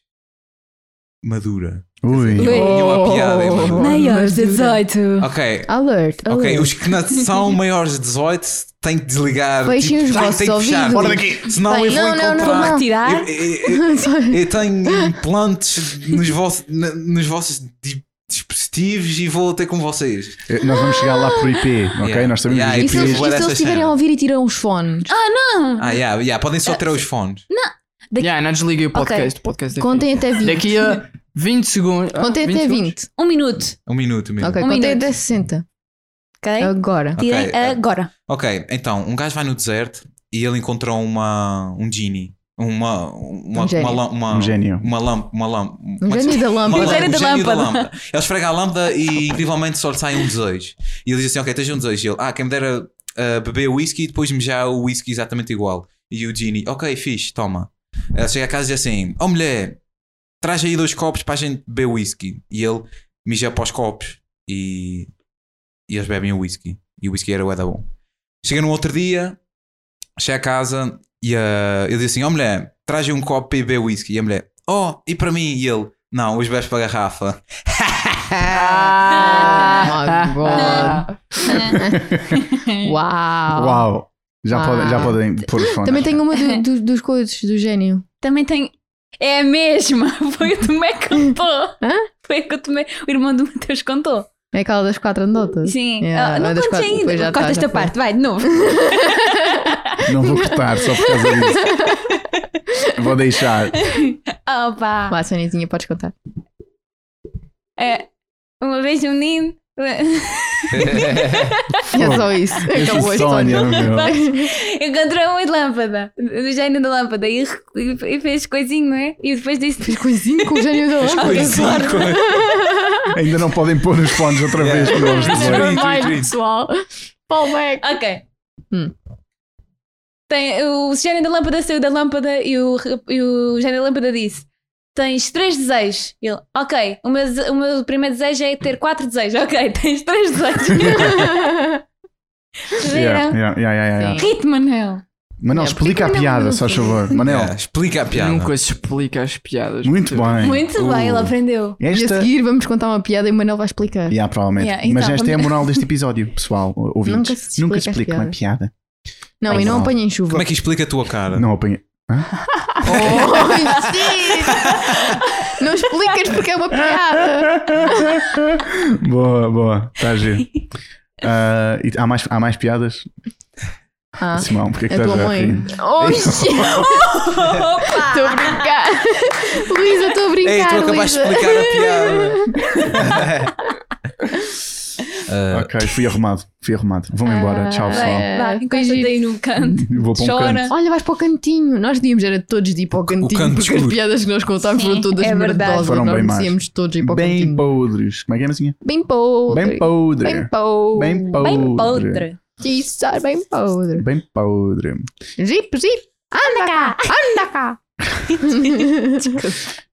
Speaker 5: madura.
Speaker 1: Ui.
Speaker 4: Ui.
Speaker 5: Nenhuma piada é madura.
Speaker 4: Maiores de 18.
Speaker 5: Ok.
Speaker 2: Alert, alert.
Speaker 5: Ok, os que não são maiores de 18 têm que desligar.
Speaker 2: Fechem os
Speaker 5: tem-
Speaker 2: vossos
Speaker 5: tem que fechar.
Speaker 2: ouvidos.
Speaker 5: Fora daqui. Senão
Speaker 2: Bem,
Speaker 5: eu vou
Speaker 2: não, não,
Speaker 5: encontrar.
Speaker 2: não.
Speaker 4: Vou-me retirar.
Speaker 5: Ah, Eu- eu- eu-
Speaker 2: Sorry.
Speaker 5: Eu tenho implantes nos vossos, na- nos vossos di- disposi- detetives e vou ter com vocês.
Speaker 1: Eh, Nós vamos chegar lá por IP, ok?
Speaker 5: Yeah.
Speaker 1: Nós sabemos
Speaker 5: Yeah,
Speaker 1: os
Speaker 2: E
Speaker 5: Eu
Speaker 2: se
Speaker 1: IPs.
Speaker 5: queria
Speaker 2: eles, e
Speaker 5: levar
Speaker 2: se
Speaker 5: essa
Speaker 2: eles estiverem a
Speaker 5: cena.
Speaker 2: ouvir e tiram os fones? Uhum.
Speaker 5: Ah, yeah, yeah, podem só tirar os fones.
Speaker 3: Yeah, não desliguei o
Speaker 2: Ok.
Speaker 3: podcast. o podcast é
Speaker 2: Contem até 20.
Speaker 3: fixe. Daqui a 20 segundos. ah,
Speaker 2: Contem até
Speaker 3: segundos?
Speaker 2: 20.
Speaker 4: Um minuto.
Speaker 5: Um minuto mesmo.
Speaker 2: Ok,
Speaker 4: Um
Speaker 2: contem
Speaker 4: minuto.
Speaker 2: até 60.
Speaker 4: Ok?
Speaker 2: Agora.
Speaker 5: Ok,
Speaker 4: Tirem
Speaker 5: eh,
Speaker 4: agora.
Speaker 5: Ok, então, um gajo vai no deserto e ele encontra uma, um genie. Uma, uma,
Speaker 2: Um gênio.
Speaker 5: uma, lã- uma,
Speaker 1: Um gênio.
Speaker 5: uma lâmpada. Uma lâmpada.
Speaker 2: Um gênio da lâmpada.
Speaker 4: Mas
Speaker 5: é
Speaker 4: era da lâmpada.
Speaker 5: Ele esfrega a lâmpada e incrivelmente só lhe sai um desejo. E ele diz assim: Ok, tens um desejo. E ele, ah, quem me dera ah, beber whisky e depois mejar o whisky exatamente igual. E o Genie, ok, fixe, toma. Ela chega a casa e diz assim: Oh mulher, traz aí dois copos para a gente beber whisky. E ele mija para os copos e, e eles bebem o whisky. E o whisky era o Eda Bom. Chega no outro dia, chega a casa e ah, ele diz assim: Oh mulher, traz aí um copo para ir beber whisky. E a mulher, Oh, e para mim? E ele, Não, hoje bebes para a garrafa.
Speaker 2: Ah, God. Uau.
Speaker 1: Uau! Já,
Speaker 2: Ah.
Speaker 1: podem, já podem pôr os fones.
Speaker 2: Também tem uma do- do- dos coisas, do gênio.
Speaker 4: Também tem. É a mesma. Foi o Tomé que contou. Foi a que o Tomé, o irmão do Mateus contou.
Speaker 2: É aquela das quatro anedotas.
Speaker 4: Sim.
Speaker 2: Yeah,
Speaker 4: Ah,
Speaker 2: não é
Speaker 4: não
Speaker 2: das
Speaker 4: contes
Speaker 2: quatro,
Speaker 4: ainda.
Speaker 2: depois já tá,
Speaker 4: Corta
Speaker 2: já
Speaker 4: esta
Speaker 2: foi.
Speaker 4: parte, vai, de novo.
Speaker 1: Não vou cortar só por causa disso. vou deixar.
Speaker 4: Opa!
Speaker 2: Vá, Sonizinha, podes contar.
Speaker 4: É, uma vez um menino.
Speaker 2: É só isso.
Speaker 1: Esta
Speaker 2: Acabou a
Speaker 1: Sónia,
Speaker 2: história.
Speaker 1: meu.
Speaker 4: Encontrou uma lâmpada, do gênio da lâmpada, e, e fez coisinho, não é? E depois disse:
Speaker 2: Fez coisinho com o gênio da
Speaker 5: assim
Speaker 2: lâmpada.
Speaker 1: Ainda não podem pôr os fones outra vez. por causa dos desenhos.
Speaker 2: pessoal. Paul Mac.
Speaker 4: Ok.
Speaker 2: Hum.
Speaker 4: Tem, o gênio da lâmpada saiu da lâmpada e o, rap- e o gênio da lâmpada disse: Tens três desejos. E Ele, ok, o meu, dese- o meu primeiro desejo é ter quatro desejos. Ok, tens três desejos. Viram?
Speaker 1: Yeah, yeah, yeah, yeah, yeah.
Speaker 2: Sim.
Speaker 4: Rito, Manel.
Speaker 1: Manel,
Speaker 2: Yeah,
Speaker 1: explica a
Speaker 4: porque não-
Speaker 1: piada,
Speaker 4: não
Speaker 1: só
Speaker 4: sei.
Speaker 1: favor. Manel,
Speaker 5: Yeah, explica a piada.
Speaker 3: Nunca se explica as piadas.
Speaker 1: muito bem.
Speaker 4: Muito
Speaker 1: Uh,
Speaker 4: bem, ele aprendeu.
Speaker 2: E a
Speaker 1: Esta.
Speaker 2: seguir vamos contar uma piada e o Manel vai explicar.
Speaker 1: Yeah, provavelmente.
Speaker 4: Yeah, então,
Speaker 1: Mas esta é a
Speaker 4: vamos-
Speaker 1: moral deste episódio, pessoal, ouvintes.
Speaker 2: Nunca se
Speaker 1: Nunca se explica
Speaker 2: explica
Speaker 1: é
Speaker 2: as
Speaker 1: uma piada.
Speaker 2: Não,
Speaker 1: Ai,
Speaker 2: e não
Speaker 1: não.
Speaker 2: apanhem chuva.
Speaker 5: Como é que explica a tua cara?
Speaker 1: Não apanha.
Speaker 2: Oh, sim! Não explicas porque é uma piada.
Speaker 1: boa, boa. Está a giro. Ah, e há, mais, há mais piadas?
Speaker 2: Ah,
Speaker 1: Simão, porque é que
Speaker 2: a tua
Speaker 1: estás a
Speaker 2: mãe.
Speaker 1: rir?
Speaker 2: Oh, shit! Estou a brincar. Luísa, estou a brincar.
Speaker 5: Ei, É, tu acabaste de
Speaker 2: Luísa.
Speaker 5: explicar a piada. Ah,
Speaker 1: Ok, fui arrumado. Fui arrumado. Vou-me embora. Tchau, pessoal.
Speaker 2: é.
Speaker 4: Vá, encosta-te aí no canto.
Speaker 1: Vou para um
Speaker 4: Chora.
Speaker 1: canto.
Speaker 2: Olha, vais para o cantinho. Nós devíamos era todos de ir para o cantinho,
Speaker 5: canto
Speaker 2: porque as
Speaker 5: escuro.
Speaker 2: piadas que nós contámos
Speaker 4: Sim,
Speaker 2: foram todas
Speaker 4: é verdade.
Speaker 2: merdosas.
Speaker 1: Foram
Speaker 2: nós
Speaker 1: bem más.
Speaker 2: merecíamos todos ir para o
Speaker 1: Bem
Speaker 2: cantinho.
Speaker 1: podres. Como é que é, Massinha?
Speaker 2: Bem podre.
Speaker 1: Bem podre.
Speaker 2: Bem podre.
Speaker 1: Bem podre.
Speaker 4: Bem podre.
Speaker 2: Isso, é bem podre.
Speaker 1: Bem podre.
Speaker 2: Zip, zip. Anda cá. Anda cá.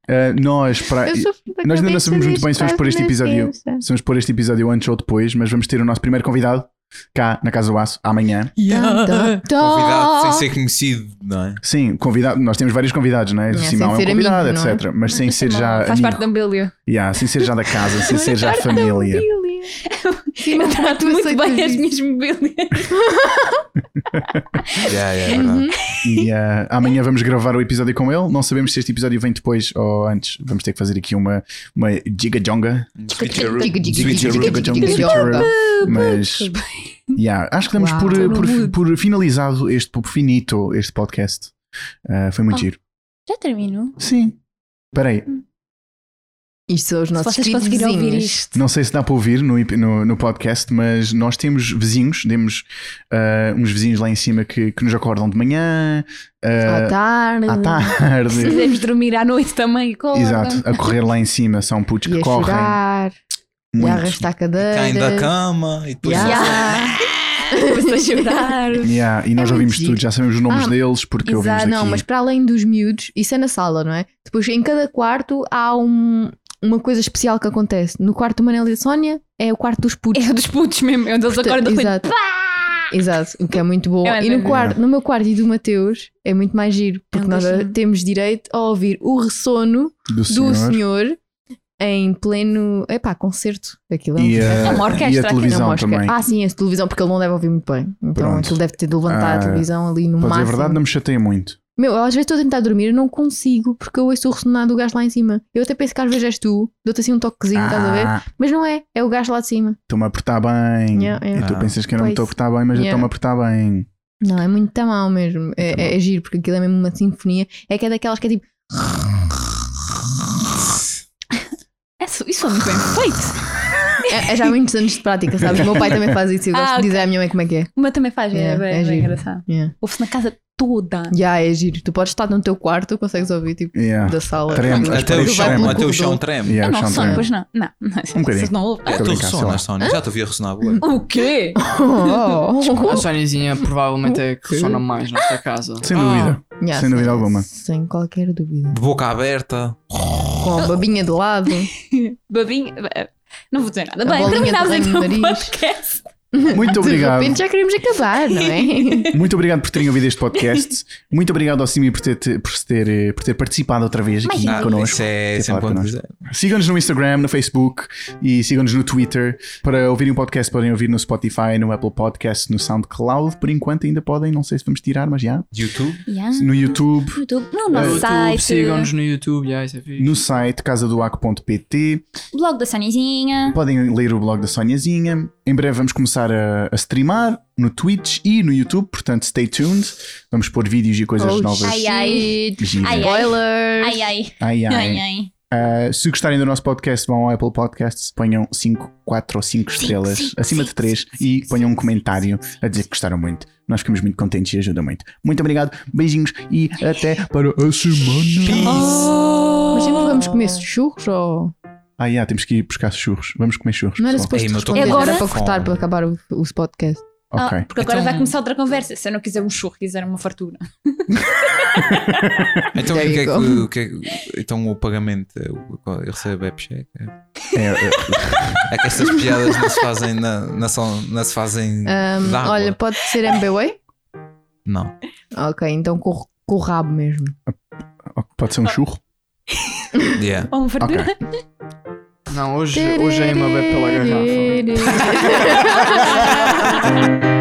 Speaker 1: Ah, nós, para.
Speaker 2: Eu sou da
Speaker 1: Nós ainda não
Speaker 2: cabeça
Speaker 1: sabemos muito
Speaker 2: deste
Speaker 1: bem se vamos
Speaker 2: caso
Speaker 1: pôr este
Speaker 2: na
Speaker 1: episódio.
Speaker 2: ciência.
Speaker 1: Se vamos pôr este episódio antes ou depois, mas vamos ter o nosso primeiro convidado cá na Casa do Aço amanhã.
Speaker 2: Dum, dum, dum.
Speaker 5: Convidado sem ser conhecido, não é?
Speaker 1: Sim, convidado. Nós temos vários convidados, não é? O
Speaker 2: Yeah,
Speaker 1: Simão é
Speaker 2: sem
Speaker 1: um
Speaker 2: ser
Speaker 1: convidado,
Speaker 2: amigo, não é?
Speaker 1: etc. Mas sem ser já.
Speaker 4: Faz
Speaker 1: amigo.
Speaker 4: parte do Ambilio.
Speaker 1: Yeah, sem ser já da casa, sem ser já da família.
Speaker 2: Sim,
Speaker 4: Eu
Speaker 2: mas tá,
Speaker 4: trato
Speaker 2: tu
Speaker 4: muito
Speaker 2: aceitas
Speaker 4: bem as
Speaker 2: isso.
Speaker 4: minhas mobílias.
Speaker 5: Yeah, yeah, é verdade.
Speaker 1: E ah, amanhã vamos gravar o episódio com ele. Não sabemos se este episódio vem depois ou antes. Vamos ter que fazer aqui uma, uma giga-jonga.
Speaker 5: Switcheroo.
Speaker 2: Diga, diga, diga,
Speaker 5: Switcheroo.
Speaker 2: diga, diga, diga,
Speaker 1: Switcheroo.
Speaker 2: diga.
Speaker 1: Mas yeah, acho que damos
Speaker 2: Uau.
Speaker 1: por,
Speaker 2: Tô
Speaker 1: por, por finalizado este, por finito este podcast. Ah, foi muito
Speaker 4: Ah.
Speaker 1: giro.
Speaker 4: Já termino.
Speaker 1: Sim. Espera aí,
Speaker 2: Isto são os
Speaker 4: Se
Speaker 2: nossos
Speaker 4: vocês conseguiram ouvir
Speaker 2: queridinhos.
Speaker 4: isto.
Speaker 1: não sei se dá para ouvir no, ep- no, no podcast, mas nós temos vizinhos, temos ah, uns vizinhos lá em cima que, que nos acordam de manhã,
Speaker 2: À
Speaker 1: ah,
Speaker 2: tarde.
Speaker 1: à
Speaker 4: Se
Speaker 1: tarde.
Speaker 4: quisermos dormir à noite também, com
Speaker 1: Exato, a correr lá em cima são putos
Speaker 2: E
Speaker 1: que
Speaker 2: a
Speaker 1: correm
Speaker 2: chorar. E a
Speaker 1: muito.
Speaker 2: arrastar cadeiras.
Speaker 5: Caem da cama e
Speaker 4: Ah,
Speaker 5: depois.
Speaker 2: Yeah.
Speaker 4: a chorar.
Speaker 1: Yeah, e nós
Speaker 2: É muito
Speaker 1: ouvimos
Speaker 2: giro.
Speaker 1: tudo, já sabemos os nomes
Speaker 2: Ah,
Speaker 1: deles porque ouvimos
Speaker 2: Exato,
Speaker 1: aqui.
Speaker 2: não, mas para além dos miúdos, isso é na sala, não é? Depois em cada quarto há um- uma coisa especial que acontece. No quarto do Manel e da Sónia é o quarto dos putos.
Speaker 4: É o dos putos mesmo, é onde eles
Speaker 2: Portanto,
Speaker 4: acordam
Speaker 2: Exato. Exato, o que é muito bom.
Speaker 4: Eu
Speaker 2: E no,
Speaker 4: adoro.
Speaker 2: quarto, no meu quarto e do Mateus é muito mais giro, porque
Speaker 4: É um
Speaker 2: nós
Speaker 4: beijinho.
Speaker 2: temos direito a ouvir o ressono
Speaker 1: do
Speaker 2: do
Speaker 1: senhor.
Speaker 2: senhor em pleno. Epá, concerto. Aquilo é um-
Speaker 1: E a,
Speaker 4: É uma orquestra
Speaker 1: e a
Speaker 4: aqui,
Speaker 1: televisão
Speaker 2: não,
Speaker 1: também.
Speaker 2: Ah, sim, a televisão, porque ele não deve ouvir muito bem. Então
Speaker 1: Pronto.
Speaker 2: aquilo deve ter de levantar a
Speaker 1: Ah,
Speaker 2: televisão ali no
Speaker 1: Para dizer a
Speaker 2: máximo.
Speaker 1: verdade, não me chateia muito.
Speaker 2: Meu, eu às vezes estou a tentar dormir e não consigo porque eu ouço o ressonar do gás lá em cima. Eu até penso que às vezes és tu, dou-te assim um toquezinho, estás a ver?
Speaker 1: Ah,
Speaker 2: Mas não é, é o gás lá de cima.
Speaker 1: Estou-me a portar bem.
Speaker 2: Yeah, yeah.
Speaker 1: E tu
Speaker 5: Ah.
Speaker 1: pensas que eu não me
Speaker 2: Pois.
Speaker 1: estou a portar bem, mas eu
Speaker 2: Yeah.
Speaker 1: estou-me a portar bem.
Speaker 2: Não, é muito tá mal mesmo. É,
Speaker 1: Tá
Speaker 2: é, é giro porque aquilo é mesmo uma sinfonia. É que é daquelas que é tipo.
Speaker 4: É, Isso isso foi muito bem feito.
Speaker 2: É, é já há muitos anos de prática, sabes? O meu pai também faz isso. Eu gosto de
Speaker 4: Ah, ok.
Speaker 2: dizer à minha mãe como é que é.
Speaker 4: O meu também faz, é,
Speaker 2: Yeah,
Speaker 4: bem,
Speaker 2: é
Speaker 4: bem
Speaker 2: giro.
Speaker 4: engraçado.
Speaker 2: Yeah.
Speaker 4: Ouve-se na casa toda.
Speaker 2: Yeah, é giro. Tu podes estar no teu quarto, consegues ouvir tipo
Speaker 1: Yeah.
Speaker 2: da sala.
Speaker 1: Treme,
Speaker 2: Tu
Speaker 5: Ah, Até o
Speaker 1: Mas
Speaker 2: vais
Speaker 5: chão,
Speaker 2: pelo
Speaker 5: até o chão
Speaker 2: corredor.
Speaker 5: treme.
Speaker 1: Yeah,
Speaker 4: Eu não
Speaker 1: chão
Speaker 4: É sonho,
Speaker 1: treme.
Speaker 4: pois não. Não, não vocês
Speaker 1: bocadinho.
Speaker 4: não ouvem.
Speaker 5: É,
Speaker 1: Estou a
Speaker 5: tu
Speaker 1: brincar, sei lá.
Speaker 5: ressonas, Sónia. Já te ouvi a ressonar agora.
Speaker 4: O quê?
Speaker 2: Oh, oh,
Speaker 3: A
Speaker 2: oh.
Speaker 3: Sonizinha provavelmente é que sona mais nesta casa.
Speaker 1: Sem dúvida.
Speaker 2: Yeah,
Speaker 1: Sem dúvida alguma.
Speaker 2: Sem qualquer dúvida.
Speaker 5: De boca aberta.
Speaker 2: Com a babinha de lado.
Speaker 4: Babinha. eh, Não vou dizer nada.
Speaker 2: A
Speaker 4: Bem,
Speaker 2: bolinha
Speaker 4: terminámos
Speaker 2: do
Speaker 4: então
Speaker 2: rei no
Speaker 4: o
Speaker 2: nariz.
Speaker 4: podcast.
Speaker 1: Muito
Speaker 2: De
Speaker 1: obrigado.
Speaker 2: repente já queremos acabar, não é?
Speaker 1: Muito obrigado por terem ouvido este podcast. Muito obrigado ao Simi por ter, por ter, eh, por ter participado outra vez aqui
Speaker 5: Ah,
Speaker 1: connosco.
Speaker 5: isso é
Speaker 1: Quer falar
Speaker 5: sempre quando
Speaker 1: connosco? Sigam-nos no Instagram, no Facebook e sigam-nos no Twitter. Para ouvirem o podcast, podem ouvir no Spotify, no Apple Podcast, no SoundCloud. Por enquanto ainda podem, não sei se vamos tirar, mas já.
Speaker 5: é, YouTube.
Speaker 4: Yeah.
Speaker 1: No YouTube,
Speaker 4: YouTube, no
Speaker 3: No
Speaker 4: nosso
Speaker 3: YouTube,
Speaker 4: site,
Speaker 3: sigam-nos no YouTube. Yeah, isso é fixe.
Speaker 1: no site casadoaco.pt.
Speaker 4: blog da Sonizinha.
Speaker 1: Podem ler o blog da Soniazinha. Em breve vamos começar a, a streamar no Twitch e no YouTube, portanto stay tuned. Vamos pôr vídeos e coisas
Speaker 2: Oh,
Speaker 1: novas.
Speaker 4: Ai, ai.
Speaker 2: shit.
Speaker 1: giras.
Speaker 4: Ai, ai.
Speaker 2: Spoilers.
Speaker 4: Ai ai.
Speaker 1: Ai, ai.
Speaker 4: ai, ai.
Speaker 1: Uh, se gostarem do nosso podcast, vão ao Apple Podcasts, ponham 5, 4 ou 5 estrelas,
Speaker 4: cinco,
Speaker 1: acima de
Speaker 4: cinco,
Speaker 1: 3,
Speaker 4: cinco,
Speaker 1: e
Speaker 4: cinco,
Speaker 1: ponham um
Speaker 4: cinco,
Speaker 1: comentário a dizer que gostaram muito. Nós ficamos muito contentes e ajuda muito. Muito obrigado, beijinhos e até para a semana.
Speaker 4: Oh.
Speaker 2: Mas sempre é vamos comer churros ou.
Speaker 1: Ah, yeah, temos que ir buscar churros. Vamos comer churros.
Speaker 2: Não era
Speaker 1: pessoal.
Speaker 2: suposto
Speaker 5: Ei, mas eu tô
Speaker 2: responder,
Speaker 4: com
Speaker 2: era
Speaker 4: fome.
Speaker 2: para cortar, para acabar o, o podcast.
Speaker 4: Ah,
Speaker 1: Ok.
Speaker 4: porque agora
Speaker 5: Então-
Speaker 4: vai começar outra conversa. Se eu não quiser um churro, quiser uma fartura.
Speaker 5: Então, o
Speaker 2: There
Speaker 5: que é que,
Speaker 2: you
Speaker 5: o que é que- então o pagamento é o- eu recebo é paycheck? É
Speaker 4: Ah.
Speaker 1: É, é,
Speaker 5: É que estas piadas não se fazem na, na, só- não se fazem
Speaker 2: Ahm,
Speaker 5: de água.
Speaker 2: olha, pode ser MBWay?
Speaker 5: Não.
Speaker 2: Ok, então com, o- com o rabo mesmo.
Speaker 1: pode ser um churro?
Speaker 5: Yeah.
Speaker 4: Ou uma fartura.
Speaker 1: é
Speaker 3: Não, hoje, hoje é uma bebe pela garrafa.
Speaker 2: garrafa.